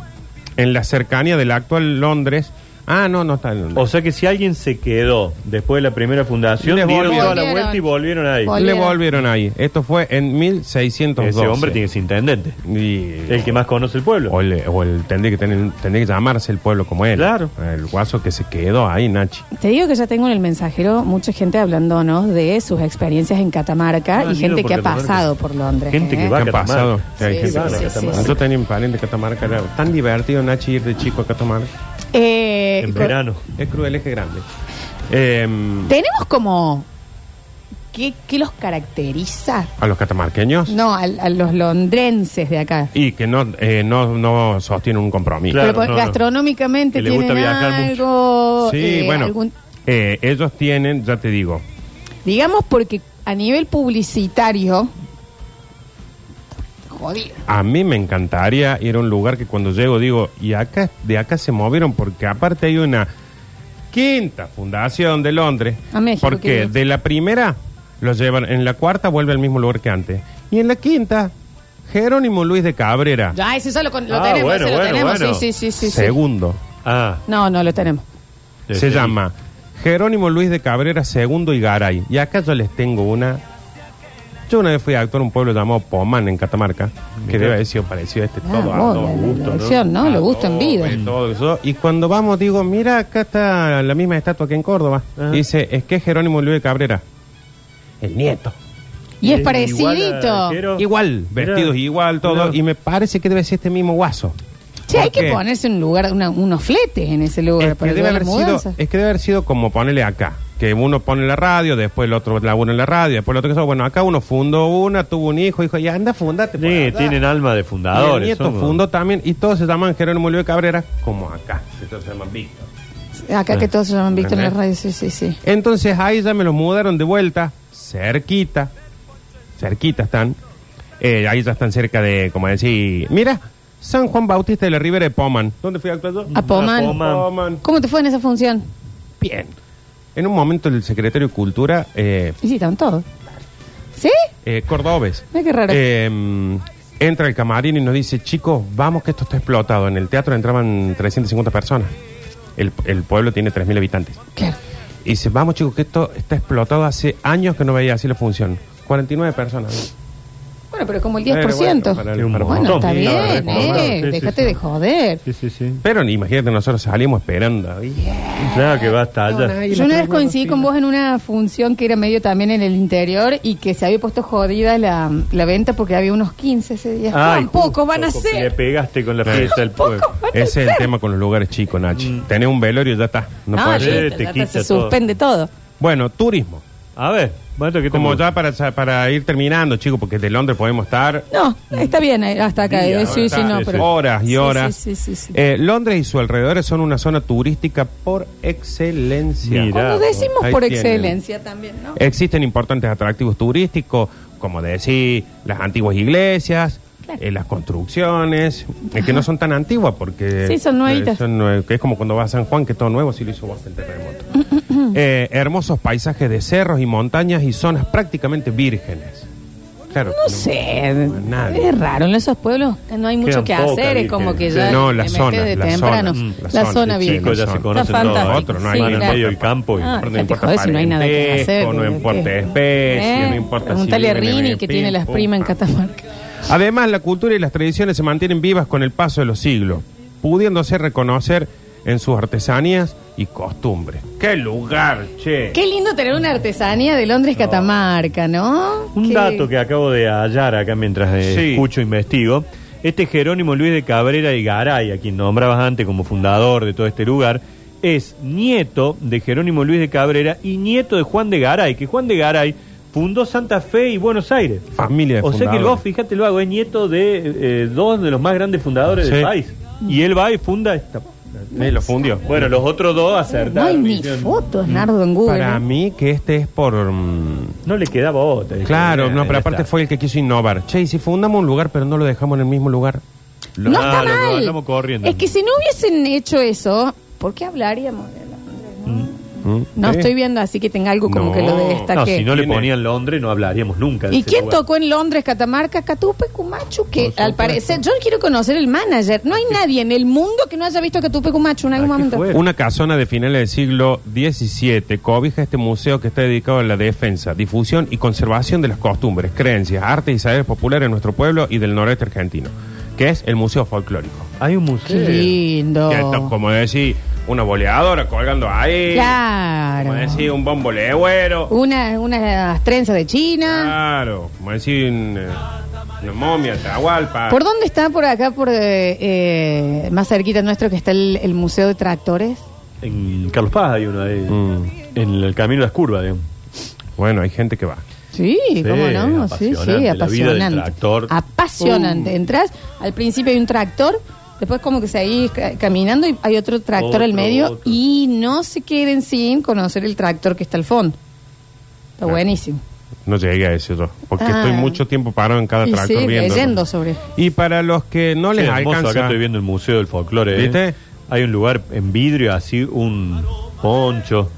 [SPEAKER 2] En la cercanía del actual Londres Ah, no, no está. en-
[SPEAKER 3] O sea que si alguien se quedó después de la primera fundación,
[SPEAKER 2] Les
[SPEAKER 3] dieron toda la
[SPEAKER 1] volvieron.
[SPEAKER 3] vuelta y volvieron ahí.
[SPEAKER 1] Vol-
[SPEAKER 2] Le volvieron ahí. Esto fue en 1612.
[SPEAKER 3] Ese hombre tiene que ser intendente.
[SPEAKER 2] Y-
[SPEAKER 3] El que más conoce el pueblo.
[SPEAKER 2] O, el, o el- tendría, que tener, tendría que llamarse el pueblo como él.
[SPEAKER 3] Claro.
[SPEAKER 2] El guaso que se quedó ahí, Nachi.
[SPEAKER 1] Te digo que ya tengo en el mensajero mucha gente hablándonos de sus experiencias en Catamarca
[SPEAKER 3] Ah,
[SPEAKER 1] y
[SPEAKER 3] han
[SPEAKER 1] gente
[SPEAKER 3] ido
[SPEAKER 1] que ha
[SPEAKER 3] por Catamarca.
[SPEAKER 1] pasado por Londres.
[SPEAKER 3] Gente
[SPEAKER 1] ¿eh?
[SPEAKER 3] que va.
[SPEAKER 2] ¿Qué
[SPEAKER 3] a
[SPEAKER 2] ha
[SPEAKER 3] Catamarca.
[SPEAKER 2] pasado?
[SPEAKER 1] Sí,
[SPEAKER 2] Hay gente
[SPEAKER 1] sí,
[SPEAKER 2] que-
[SPEAKER 1] sí, Catamarca.
[SPEAKER 2] Yo tenía un pariente de Catamarca. Era tan divertido, Nachi, ir de chico a Catamarca.
[SPEAKER 1] Eh,
[SPEAKER 3] En
[SPEAKER 1] co-
[SPEAKER 3] verano.
[SPEAKER 2] Es cruel, es que grande. Em,
[SPEAKER 1] Tenemos como... ¿Qué, qué los caracteriza?
[SPEAKER 2] a los catamarqueños.
[SPEAKER 1] No, al- a, los londrenses de acá.
[SPEAKER 2] Y que no, eh, no, no sostienen un compromiso.
[SPEAKER 3] Claro,
[SPEAKER 1] Pero, pues,
[SPEAKER 3] no, no.
[SPEAKER 1] gastronómicamente
[SPEAKER 3] Que le
[SPEAKER 1] tienen
[SPEAKER 3] gusta viajar mucho.
[SPEAKER 1] algo...
[SPEAKER 2] Sí,
[SPEAKER 1] eh,
[SPEAKER 2] bueno.
[SPEAKER 1] algún-
[SPEAKER 2] eh, ellos tienen, ya te digo,
[SPEAKER 1] digamos porque a nivel publicitario... Jodido.
[SPEAKER 2] a mí me encantaría ir a un lugar que cuando llego digo, y acá, de acá se movieron, porque aparte hay una quinta fundación de Londres.
[SPEAKER 1] A México quiero
[SPEAKER 2] Porque
[SPEAKER 1] ir.
[SPEAKER 2] de la primera lo llevan, en la cuarta vuelve al mismo lugar que antes. Y en la quinta, Jerónimo Luis de Cabrera,
[SPEAKER 1] Ya, ese solo con- lo
[SPEAKER 3] Ah,
[SPEAKER 1] tenemos,
[SPEAKER 3] bueno,
[SPEAKER 1] ese lo
[SPEAKER 3] bueno,
[SPEAKER 1] tenemos.
[SPEAKER 3] bueno.
[SPEAKER 1] Sí, sí, sí, sí, sí.
[SPEAKER 2] segundo.
[SPEAKER 3] Ah,
[SPEAKER 1] No, no lo tenemos.
[SPEAKER 2] Se llama Jerónimo Luis de Cabrera Segundo y Garay. Y acá yo les tengo una. Yo una vez fui a actuar en un pueblo llamado Pomán, en Catamarca, que debe haber sido parecido a este
[SPEAKER 1] Ah,
[SPEAKER 2] todo.
[SPEAKER 1] vos,
[SPEAKER 2] ardo,
[SPEAKER 1] la- la- la
[SPEAKER 2] gusto,
[SPEAKER 1] versión, ¿no? Lo
[SPEAKER 2] Ardo,
[SPEAKER 1] gusto en vida.
[SPEAKER 2] eh, todo eso. Y cuando vamos, digo, mira, acá está la misma estatua que en Córdoba.
[SPEAKER 3] Ajá.
[SPEAKER 2] Y dice, es que es Jerónimo Luis de Cabrera. El nieto.
[SPEAKER 1] Y es
[SPEAKER 3] Eh, igual
[SPEAKER 1] parecidito.
[SPEAKER 3] a- Pero-
[SPEAKER 2] igual,
[SPEAKER 3] Mirá,
[SPEAKER 2] vestidos igual, todo.
[SPEAKER 3] mirá.
[SPEAKER 2] Y me parece que debe ser este mismo guaso.
[SPEAKER 1] Che, hay
[SPEAKER 2] ¿Por
[SPEAKER 1] que
[SPEAKER 2] qué?
[SPEAKER 1] ponerse un lugar, una- unos fletes en ese lugar
[SPEAKER 2] Es que,
[SPEAKER 1] para
[SPEAKER 2] debe
[SPEAKER 1] llevar
[SPEAKER 2] haber
[SPEAKER 1] la
[SPEAKER 2] sido,
[SPEAKER 1] mudanza.
[SPEAKER 2] es que debe haber sido como ponerle acá, que uno pone la radio, después el otro labura en la radio, después el otro que eso. Bueno, acá uno fundó una, tuvo un hijo, hijo, y anda, fundate. por
[SPEAKER 3] Sí,
[SPEAKER 2] allá.
[SPEAKER 3] tienen alma de
[SPEAKER 2] Y el
[SPEAKER 3] fundadores.
[SPEAKER 2] nieto
[SPEAKER 3] somos.
[SPEAKER 2] fundó también, y todos se llaman Jerónimo Luis Cabrera, como acá. Entonces se llaman Víctor.
[SPEAKER 1] Acá que todos se llaman Víctor en la
[SPEAKER 2] Ajá.
[SPEAKER 1] radio, sí, sí, sí.
[SPEAKER 2] Entonces ahí ya me los mudaron de vuelta, cerquita, cerquita están. Eh, ahí ya están cerca de, como decir, mira, San Juan Bautista de la Ribera de Poman. ¿Dónde fui a actuar yo?
[SPEAKER 1] A Pomán.
[SPEAKER 3] A Pomán.
[SPEAKER 2] Poman.
[SPEAKER 1] ¿Cómo te fue en esa función?
[SPEAKER 2] Bien. En un momento el secretario de Cultura, eh,
[SPEAKER 1] Y sí, estaban todos. ¿Sí?
[SPEAKER 2] eh, cordobés,
[SPEAKER 1] Ay, qué raro.
[SPEAKER 2] eh, entra al camarín y nos dice, chicos, vamos que esto está explotado. En el teatro entraban 350 personas. El, el pueblo tiene 3.000 habitantes.
[SPEAKER 1] Claro.
[SPEAKER 2] Y dice, vamos chicos, que esto está explotado hace años que no veía así la función. 49 personas.
[SPEAKER 1] Bueno, pero como el 10%.
[SPEAKER 2] Eh, bueno, para el-
[SPEAKER 3] Sí, un
[SPEAKER 1] Bueno,
[SPEAKER 2] para el
[SPEAKER 3] montón.
[SPEAKER 1] está
[SPEAKER 3] Sí, la
[SPEAKER 1] bien,
[SPEAKER 3] verdad,
[SPEAKER 1] eh.
[SPEAKER 3] sí, sí,
[SPEAKER 1] Déjate
[SPEAKER 3] sí.
[SPEAKER 1] de joder.
[SPEAKER 3] Sí, sí, sí.
[SPEAKER 2] Pero imagínate, nosotros salimos esperando. ahí.
[SPEAKER 3] Claro que va hasta allá.
[SPEAKER 1] Yo una vez coincidí con vos en una función que era medio también en el interior y que se había puesto jodida la, la venta porque había unos 15 ese día.
[SPEAKER 3] Ay,
[SPEAKER 1] ¿Cuán pocos van a
[SPEAKER 3] justo Le
[SPEAKER 1] ser?
[SPEAKER 3] pegaste con la pieza del pueblo.
[SPEAKER 2] Ese es el tema con los lugares chicos, Nachi.
[SPEAKER 1] Mm.
[SPEAKER 2] Tenés un velorio y ya está. No
[SPEAKER 1] No,
[SPEAKER 2] podés.
[SPEAKER 3] sí.
[SPEAKER 1] listo,
[SPEAKER 3] Te
[SPEAKER 1] ya
[SPEAKER 3] quita
[SPEAKER 1] se
[SPEAKER 3] todo.
[SPEAKER 1] suspende todo.
[SPEAKER 2] Bueno, turismo.
[SPEAKER 3] A ver, Mato, que
[SPEAKER 2] Como ya para, para ir terminando, chicos, porque de Londres podemos estar
[SPEAKER 1] No, está bien eh, hasta acá.
[SPEAKER 3] Día,
[SPEAKER 1] eh, sí, sí,
[SPEAKER 3] ¿verdad?
[SPEAKER 1] no,
[SPEAKER 3] Sí,
[SPEAKER 1] pero...
[SPEAKER 2] horas y
[SPEAKER 1] Sí,
[SPEAKER 2] horas.
[SPEAKER 1] sí, sí, sí, sí.
[SPEAKER 2] Eh, Londres y sus alrededores son una zona turística por excelencia.
[SPEAKER 3] Mira.
[SPEAKER 1] Cuando decimos
[SPEAKER 2] Ahí
[SPEAKER 1] por
[SPEAKER 2] tienen.
[SPEAKER 1] excelencia también, ¿no?
[SPEAKER 2] Existen importantes atractivos turísticos, como decir, las antiguas iglesias,
[SPEAKER 1] Claro.
[SPEAKER 2] eh, las construcciones, eh, que no son tan antiguas porque...
[SPEAKER 1] Sí, son nuevitas.
[SPEAKER 2] eh, son nue- que es como cuando vas a San Juan, que todo nuevo, sí lo hizo vos el terremoto. Eh, hermosos paisajes de cerros y montañas y zonas prácticamente vírgenes. Claro.
[SPEAKER 1] No sé,
[SPEAKER 2] Nadie.
[SPEAKER 1] es raro, en esos pueblos no hay mucho
[SPEAKER 3] Quedan
[SPEAKER 1] que
[SPEAKER 3] pocas,
[SPEAKER 1] hacer, es
[SPEAKER 3] ¿viste?
[SPEAKER 1] como que
[SPEAKER 3] Sí.
[SPEAKER 1] ya
[SPEAKER 2] No,
[SPEAKER 1] te
[SPEAKER 2] la
[SPEAKER 1] metes
[SPEAKER 2] zona,
[SPEAKER 1] de
[SPEAKER 2] la
[SPEAKER 1] temprano.
[SPEAKER 2] zona. Mm,
[SPEAKER 1] la
[SPEAKER 2] la
[SPEAKER 1] zona,
[SPEAKER 2] zona, sí,
[SPEAKER 1] bien.
[SPEAKER 3] Chicos ya se
[SPEAKER 2] Está
[SPEAKER 3] conocen todos.
[SPEAKER 1] fantástico.
[SPEAKER 2] Otro, no hay
[SPEAKER 1] Sí,
[SPEAKER 3] Van en
[SPEAKER 1] claro.
[SPEAKER 3] medio del campo. y-
[SPEAKER 1] Ah,
[SPEAKER 2] No
[SPEAKER 1] ya te
[SPEAKER 2] importa
[SPEAKER 1] jodes si no hay nada que
[SPEAKER 2] parentesco,
[SPEAKER 1] hacer.
[SPEAKER 2] no
[SPEAKER 1] porque-
[SPEAKER 2] importa especie, no importa si
[SPEAKER 1] Preguntale a
[SPEAKER 2] viven en
[SPEAKER 1] Rini
[SPEAKER 2] el
[SPEAKER 1] que tiene las
[SPEAKER 2] pim,
[SPEAKER 1] primas en
[SPEAKER 2] pam.
[SPEAKER 1] Catamarca.
[SPEAKER 2] Además, la cultura y las tradiciones se mantienen vivas con el paso de los siglos, pudiéndose reconocer en sus artesanías y costumbres. ¡Qué lugar, che!
[SPEAKER 1] Qué lindo tener una artesanía de Londres Catamarca, ¿no?
[SPEAKER 3] Un
[SPEAKER 1] Qué-
[SPEAKER 3] dato que acabo de hallar acá mientras eh,
[SPEAKER 2] Sí.
[SPEAKER 3] escucho e investigo. Este Jerónimo Luis de Cabrera y Garay, a quien nombrabas antes como fundador de todo este lugar, es nieto de Jerónimo Luis de Cabrera y nieto de Juan de Garay, que Juan de Garay fundó Santa Fe y Buenos Aires.
[SPEAKER 2] Familia de
[SPEAKER 3] O sea que el
[SPEAKER 2] fundadores.
[SPEAKER 3] vos, fíjate, lo hago, es nieto de eh, dos de los más grandes fundadores del
[SPEAKER 2] Sí.
[SPEAKER 3] país.
[SPEAKER 1] Mm.
[SPEAKER 3] Y él va y funda esta.
[SPEAKER 2] Sí, lo fundió.
[SPEAKER 3] Bueno, los otros dos
[SPEAKER 1] No hay
[SPEAKER 3] acertaron.
[SPEAKER 1] ni
[SPEAKER 3] hicieron-
[SPEAKER 1] fotos, Nardo, en Google.
[SPEAKER 2] Mm. Para
[SPEAKER 1] ¿eh?
[SPEAKER 2] mí que este es por... mm,
[SPEAKER 3] No le quedaba otra.
[SPEAKER 2] claro,
[SPEAKER 3] Eh,
[SPEAKER 2] no, pero
[SPEAKER 3] ya
[SPEAKER 2] aparte
[SPEAKER 3] está.
[SPEAKER 2] fue el que quiso innovar. Che, y si fundamos un lugar pero no lo dejamos en el mismo lugar.
[SPEAKER 1] No, está
[SPEAKER 3] Ah, lo- lo
[SPEAKER 1] mal.
[SPEAKER 3] andamos corriendo.
[SPEAKER 1] Es que si no hubiesen hecho eso, ¿por qué hablaríamos de Londres? no?
[SPEAKER 2] ¿Mm?
[SPEAKER 1] No
[SPEAKER 2] Sí.
[SPEAKER 1] estoy viendo así que tenga algo como
[SPEAKER 2] No.
[SPEAKER 1] que lo
[SPEAKER 3] No,
[SPEAKER 1] destaque.
[SPEAKER 3] si no le
[SPEAKER 2] Tiene-
[SPEAKER 3] ponían Londres no hablaríamos nunca. de
[SPEAKER 1] ¿Y
[SPEAKER 3] ese
[SPEAKER 1] quién
[SPEAKER 3] lugar.
[SPEAKER 1] tocó en Londres, Catamarca, Catupe, Cumachu? Que
[SPEAKER 2] Por
[SPEAKER 1] al
[SPEAKER 2] supuesto.
[SPEAKER 1] parecer, yo quiero conocer el manager. No hay nadie en el mundo que no haya visto Catupe, Cumachu en algún
[SPEAKER 3] ¿A qué
[SPEAKER 1] momento.
[SPEAKER 3] fue?
[SPEAKER 2] Una casona de finales del siglo XVII cobija este museo que está dedicado a la defensa, difusión y conservación de las costumbres, creencias, artes y saberes populares de nuestro pueblo y del noreste argentino, que es el Museo Folclórico.
[SPEAKER 3] Hay un
[SPEAKER 1] Qué
[SPEAKER 3] museo.
[SPEAKER 1] lindo.
[SPEAKER 2] Que esto, como decir, una boleadora colgando ahí.
[SPEAKER 1] Claro. Uh,
[SPEAKER 2] Como decir, un bombo legüero.
[SPEAKER 1] Una- unas trenzas de China.
[SPEAKER 2] Claro. Como decir, un, eh, una momia, Atahualpa.
[SPEAKER 1] ¿Por dónde está? Por acá, por eh, eh, más cerquita nuestro, que está el, el Museo de Tractores.
[SPEAKER 3] En Carlos Paz hay uno ahí.
[SPEAKER 2] Mm.
[SPEAKER 3] En el camino de las curvas, digamos.
[SPEAKER 2] Bueno, hay gente que va.
[SPEAKER 1] Sí, cómo no, sí,
[SPEAKER 3] apasionante,
[SPEAKER 1] sí,
[SPEAKER 3] la vida del
[SPEAKER 1] apasionante.
[SPEAKER 3] tractor. Uh.
[SPEAKER 1] Apasionante. Entras, al principio hay un tractor, después como que seguís ca- caminando y hay otro tractor
[SPEAKER 3] Otro,
[SPEAKER 1] al medio
[SPEAKER 3] otro.
[SPEAKER 1] y no se queden sin conocer el tractor que está al fondo. Está
[SPEAKER 2] Claro.
[SPEAKER 1] buenísimo.
[SPEAKER 2] No llegué a eso yo, porque
[SPEAKER 1] Ah.
[SPEAKER 2] estoy mucho tiempo parado en cada
[SPEAKER 1] Y
[SPEAKER 2] tractor
[SPEAKER 1] sí,
[SPEAKER 2] viendo.
[SPEAKER 1] leyendo sobre-
[SPEAKER 2] Y para los que no
[SPEAKER 3] Qué
[SPEAKER 2] les
[SPEAKER 3] hermoso, acá
[SPEAKER 2] alcanza,
[SPEAKER 3] estoy viendo el Museo del Folclore. ¿eh?
[SPEAKER 2] ¿Viste?
[SPEAKER 3] Hay un lugar en vidrio, así un poncho.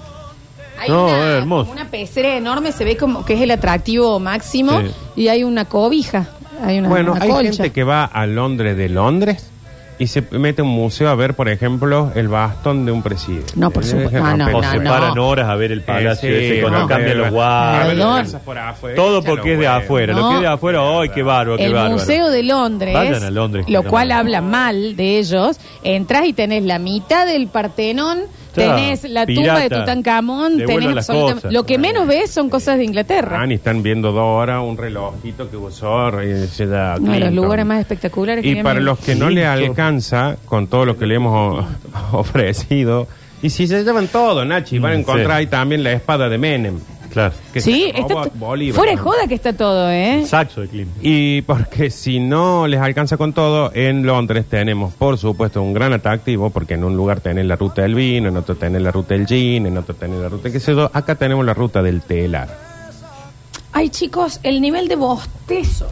[SPEAKER 1] Hay
[SPEAKER 3] No,
[SPEAKER 1] una,
[SPEAKER 3] es hermoso.
[SPEAKER 1] como una pecera enorme, se ve como que es el atractivo máximo
[SPEAKER 3] Sí.
[SPEAKER 1] y hay una cobija, hay una,
[SPEAKER 2] bueno,
[SPEAKER 1] una
[SPEAKER 2] hay
[SPEAKER 1] colcha.
[SPEAKER 2] gente que va a Londres de Londres y se mete a un museo a ver, por ejemplo, el bastón de un presidente.
[SPEAKER 1] No, por
[SPEAKER 2] Eh,
[SPEAKER 1] supuesto.
[SPEAKER 2] dejen
[SPEAKER 1] Ah, no,
[SPEAKER 2] romper.
[SPEAKER 3] o
[SPEAKER 1] no,
[SPEAKER 3] se
[SPEAKER 1] no.
[SPEAKER 3] paran horas a ver el palacio
[SPEAKER 2] Eh, sí,
[SPEAKER 3] ese cuando
[SPEAKER 2] no,
[SPEAKER 3] cambian
[SPEAKER 2] eh,
[SPEAKER 3] los
[SPEAKER 2] a ver
[SPEAKER 3] guardias.
[SPEAKER 2] las
[SPEAKER 1] Perdón.
[SPEAKER 2] casas por afuera,
[SPEAKER 3] Todo
[SPEAKER 2] ya
[SPEAKER 3] porque
[SPEAKER 2] lo
[SPEAKER 3] es de
[SPEAKER 2] huevo.
[SPEAKER 3] afuera.
[SPEAKER 1] No.
[SPEAKER 3] Lo que es de afuera, ¡ay, qué bárbaro, qué
[SPEAKER 1] el
[SPEAKER 3] bárbaro!
[SPEAKER 1] Museo de Londres,
[SPEAKER 3] Vayan a Londres,
[SPEAKER 1] lo
[SPEAKER 3] que
[SPEAKER 1] cual
[SPEAKER 3] no.
[SPEAKER 1] habla mal de ellos, entras y tenés la mitad del Partenón,
[SPEAKER 3] Claro,
[SPEAKER 1] tenés la tumba
[SPEAKER 3] pirata.
[SPEAKER 1] de Tutankamón,
[SPEAKER 3] Devuelvan
[SPEAKER 1] tenés
[SPEAKER 3] las
[SPEAKER 1] absolutamente-
[SPEAKER 3] cosas. Ah,
[SPEAKER 1] Lo que menos ves son cosas de Inglaterra.
[SPEAKER 2] Van y están viendo dos horas un relojito que usó eh, se da
[SPEAKER 1] Uno de los
[SPEAKER 2] Clinton.
[SPEAKER 1] lugares más espectaculares que
[SPEAKER 2] Y
[SPEAKER 1] vi en
[SPEAKER 2] para
[SPEAKER 1] mi-
[SPEAKER 2] los que no le alcanza con todo lo que le hemos o- ofrecido, y si se llevan todo, Nachi, van a
[SPEAKER 3] Mm,
[SPEAKER 2] encontrar
[SPEAKER 3] sí.
[SPEAKER 2] ahí también la espada de Menem.
[SPEAKER 3] Claro.
[SPEAKER 2] que
[SPEAKER 1] sí,
[SPEAKER 2] se robó
[SPEAKER 1] está
[SPEAKER 2] a
[SPEAKER 1] to-
[SPEAKER 2] Bolívar.
[SPEAKER 1] fuera de joda que está todo, ¿eh?
[SPEAKER 3] El saxo de Klimt.
[SPEAKER 2] Y porque si no les alcanza con todo, en Londres tenemos, por supuesto, un gran atractivo, porque en un lugar tenés la ruta del vino, en otro tenés la ruta del gin, en otro tenés la ruta, qué sé yo, acá tenemos la ruta del telar.
[SPEAKER 1] Ay, chicos, el nivel de bostezo.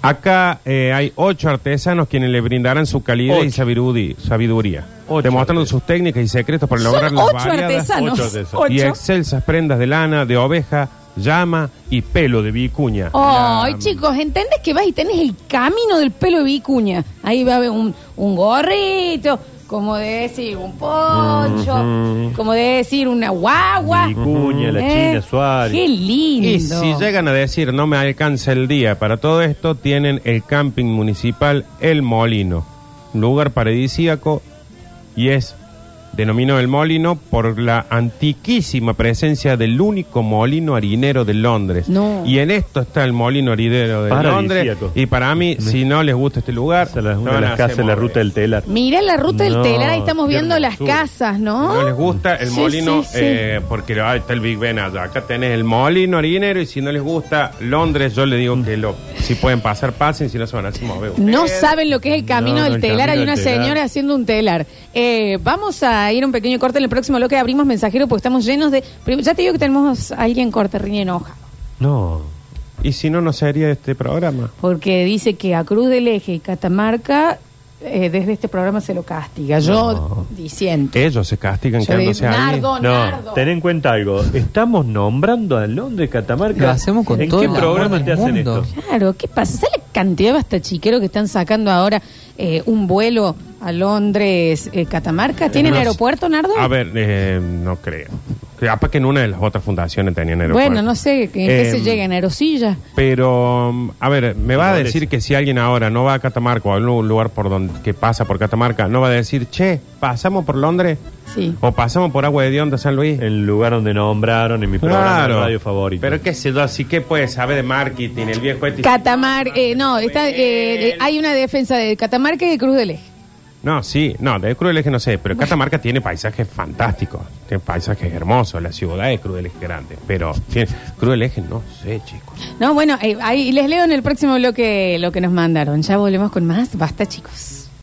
[SPEAKER 2] Acá eh, hay ocho artesanos quienes le brindarán su calidad y
[SPEAKER 3] Ocho.
[SPEAKER 2] sabiduría, sabiduría
[SPEAKER 3] Ocho
[SPEAKER 2] demostrando
[SPEAKER 3] artesanos.
[SPEAKER 2] sus técnicas y secretos para
[SPEAKER 1] Son
[SPEAKER 2] lograr las
[SPEAKER 1] ocho
[SPEAKER 2] variadas
[SPEAKER 1] artesanos.
[SPEAKER 3] ocho
[SPEAKER 1] Ocho.
[SPEAKER 3] artesanos.
[SPEAKER 2] y excelsas prendas de lana, de oveja, llama y pelo de vicuña.
[SPEAKER 1] Ay,
[SPEAKER 2] La-
[SPEAKER 1] chicos, ¿entendés que vas y tenés el camino del pelo de vicuña? Ahí va a haber un, un gorrito, como de decir, un poncho, como de decir, una guagua.
[SPEAKER 3] Vicuña, la
[SPEAKER 1] ¿Eh?
[SPEAKER 3] China Suárez.
[SPEAKER 1] Qué lindo.
[SPEAKER 2] Y si llegan a decir no me alcanza el día para todo esto, tienen el camping municipal El Molino, un lugar paradisíaco y es denominado El Molino por la antiquísima presencia del único molino harinero de Londres.
[SPEAKER 1] No.
[SPEAKER 2] Y en esto está el molino harinero de Londres.
[SPEAKER 3] Paradisíaco.
[SPEAKER 2] Y para mí, si no les gusta este lugar,
[SPEAKER 3] Esa es la-
[SPEAKER 2] se
[SPEAKER 3] una de
[SPEAKER 2] van a
[SPEAKER 3] las
[SPEAKER 2] hacer
[SPEAKER 3] casas, la
[SPEAKER 2] mover.
[SPEAKER 3] ruta del telar.
[SPEAKER 1] Mirá la ruta del
[SPEAKER 3] No,
[SPEAKER 1] telar, ahí estamos
[SPEAKER 3] qué
[SPEAKER 1] viendo las
[SPEAKER 3] hermosura.
[SPEAKER 1] casas, ¿no?
[SPEAKER 2] No les gusta el
[SPEAKER 1] Sí,
[SPEAKER 2] molino
[SPEAKER 1] sí, sí.
[SPEAKER 2] eh, porque ah, está el Big Ben allá. Acá tenés el molino harinero y si no les gusta Londres, yo le digo que lo, si pueden pasar, pasen, si no se van a hacer mover.
[SPEAKER 1] No
[SPEAKER 2] ustedes.
[SPEAKER 1] saben lo que es el camino
[SPEAKER 3] No,
[SPEAKER 1] del
[SPEAKER 3] el
[SPEAKER 1] telar.
[SPEAKER 3] camino
[SPEAKER 1] Hay
[SPEAKER 3] del
[SPEAKER 1] una
[SPEAKER 3] telar.
[SPEAKER 1] señora haciendo un telar. Eh, vamos a ir a un pequeño corte en el próximo bloque. Abrimos mensajero porque estamos llenos de. Prim- Ya te digo que tenemos a ir en corte, riña enoja.
[SPEAKER 3] No.
[SPEAKER 2] Y si no, no sería este programa.
[SPEAKER 1] Porque dice que a Cruz del Eje y Catamarca, eh, desde este programa se lo castiga. Yo diciendo.
[SPEAKER 2] Ellos se castigan
[SPEAKER 1] Yo digo,
[SPEAKER 2] quedándose ahí.
[SPEAKER 1] Nardo, Nardo.
[SPEAKER 3] No, ten en cuenta algo. Estamos nombrando a Londres, Catamarca.
[SPEAKER 6] Lo hacemos con
[SPEAKER 3] ¿En
[SPEAKER 6] todo
[SPEAKER 3] qué
[SPEAKER 6] el amor
[SPEAKER 3] programa
[SPEAKER 6] del
[SPEAKER 3] te hacen
[SPEAKER 6] mundo.
[SPEAKER 3] esto?
[SPEAKER 1] Claro, ¿qué pasa? ¿Sabes la cantidad de bastachiqueros que están sacando ahora eh, un vuelo a Londres, eh, Catamarca? ¿Tienen
[SPEAKER 2] No sé.
[SPEAKER 1] aeropuerto, Nardo?
[SPEAKER 2] A ver, eh, no creo. Capaz que en una de las otras fundaciones tenían aeropuerto.
[SPEAKER 1] Bueno, no sé, ¿en qué
[SPEAKER 2] Eh,
[SPEAKER 1] se llega? ¿En aerosilla?
[SPEAKER 2] Pero, mm, a ver, me va a
[SPEAKER 3] Dolores.
[SPEAKER 2] decir que si alguien ahora no va a Catamarca o a algún lugar por donde, que pasa por Catamarca, no va a decir, che, pasamos por Londres
[SPEAKER 1] Sí.
[SPEAKER 2] o pasamos por Agua de Dion de San Luis.
[SPEAKER 3] El lugar donde nombraron en mi programa de
[SPEAKER 2] Claro.
[SPEAKER 3] radio favorito.
[SPEAKER 2] Pero qué sé yo, así que pues sabe de marketing, el viejo este.
[SPEAKER 1] Catamar, eh, no, está, eh, eh, hay una defensa de Catamarca y de Cruz del Eje.
[SPEAKER 2] No, sí, no, de Cruz del Eje no sé, pero Catamarca tiene paisajes fantásticos, tiene paisajes hermosos, la ciudad de Cruz del Eje grande, pero tiene, Cruz del Eje no sé, chicos.
[SPEAKER 1] No, bueno, eh, ahí les leo en el próximo bloque lo que nos mandaron. Ya volvemos con más. Basta, chicos.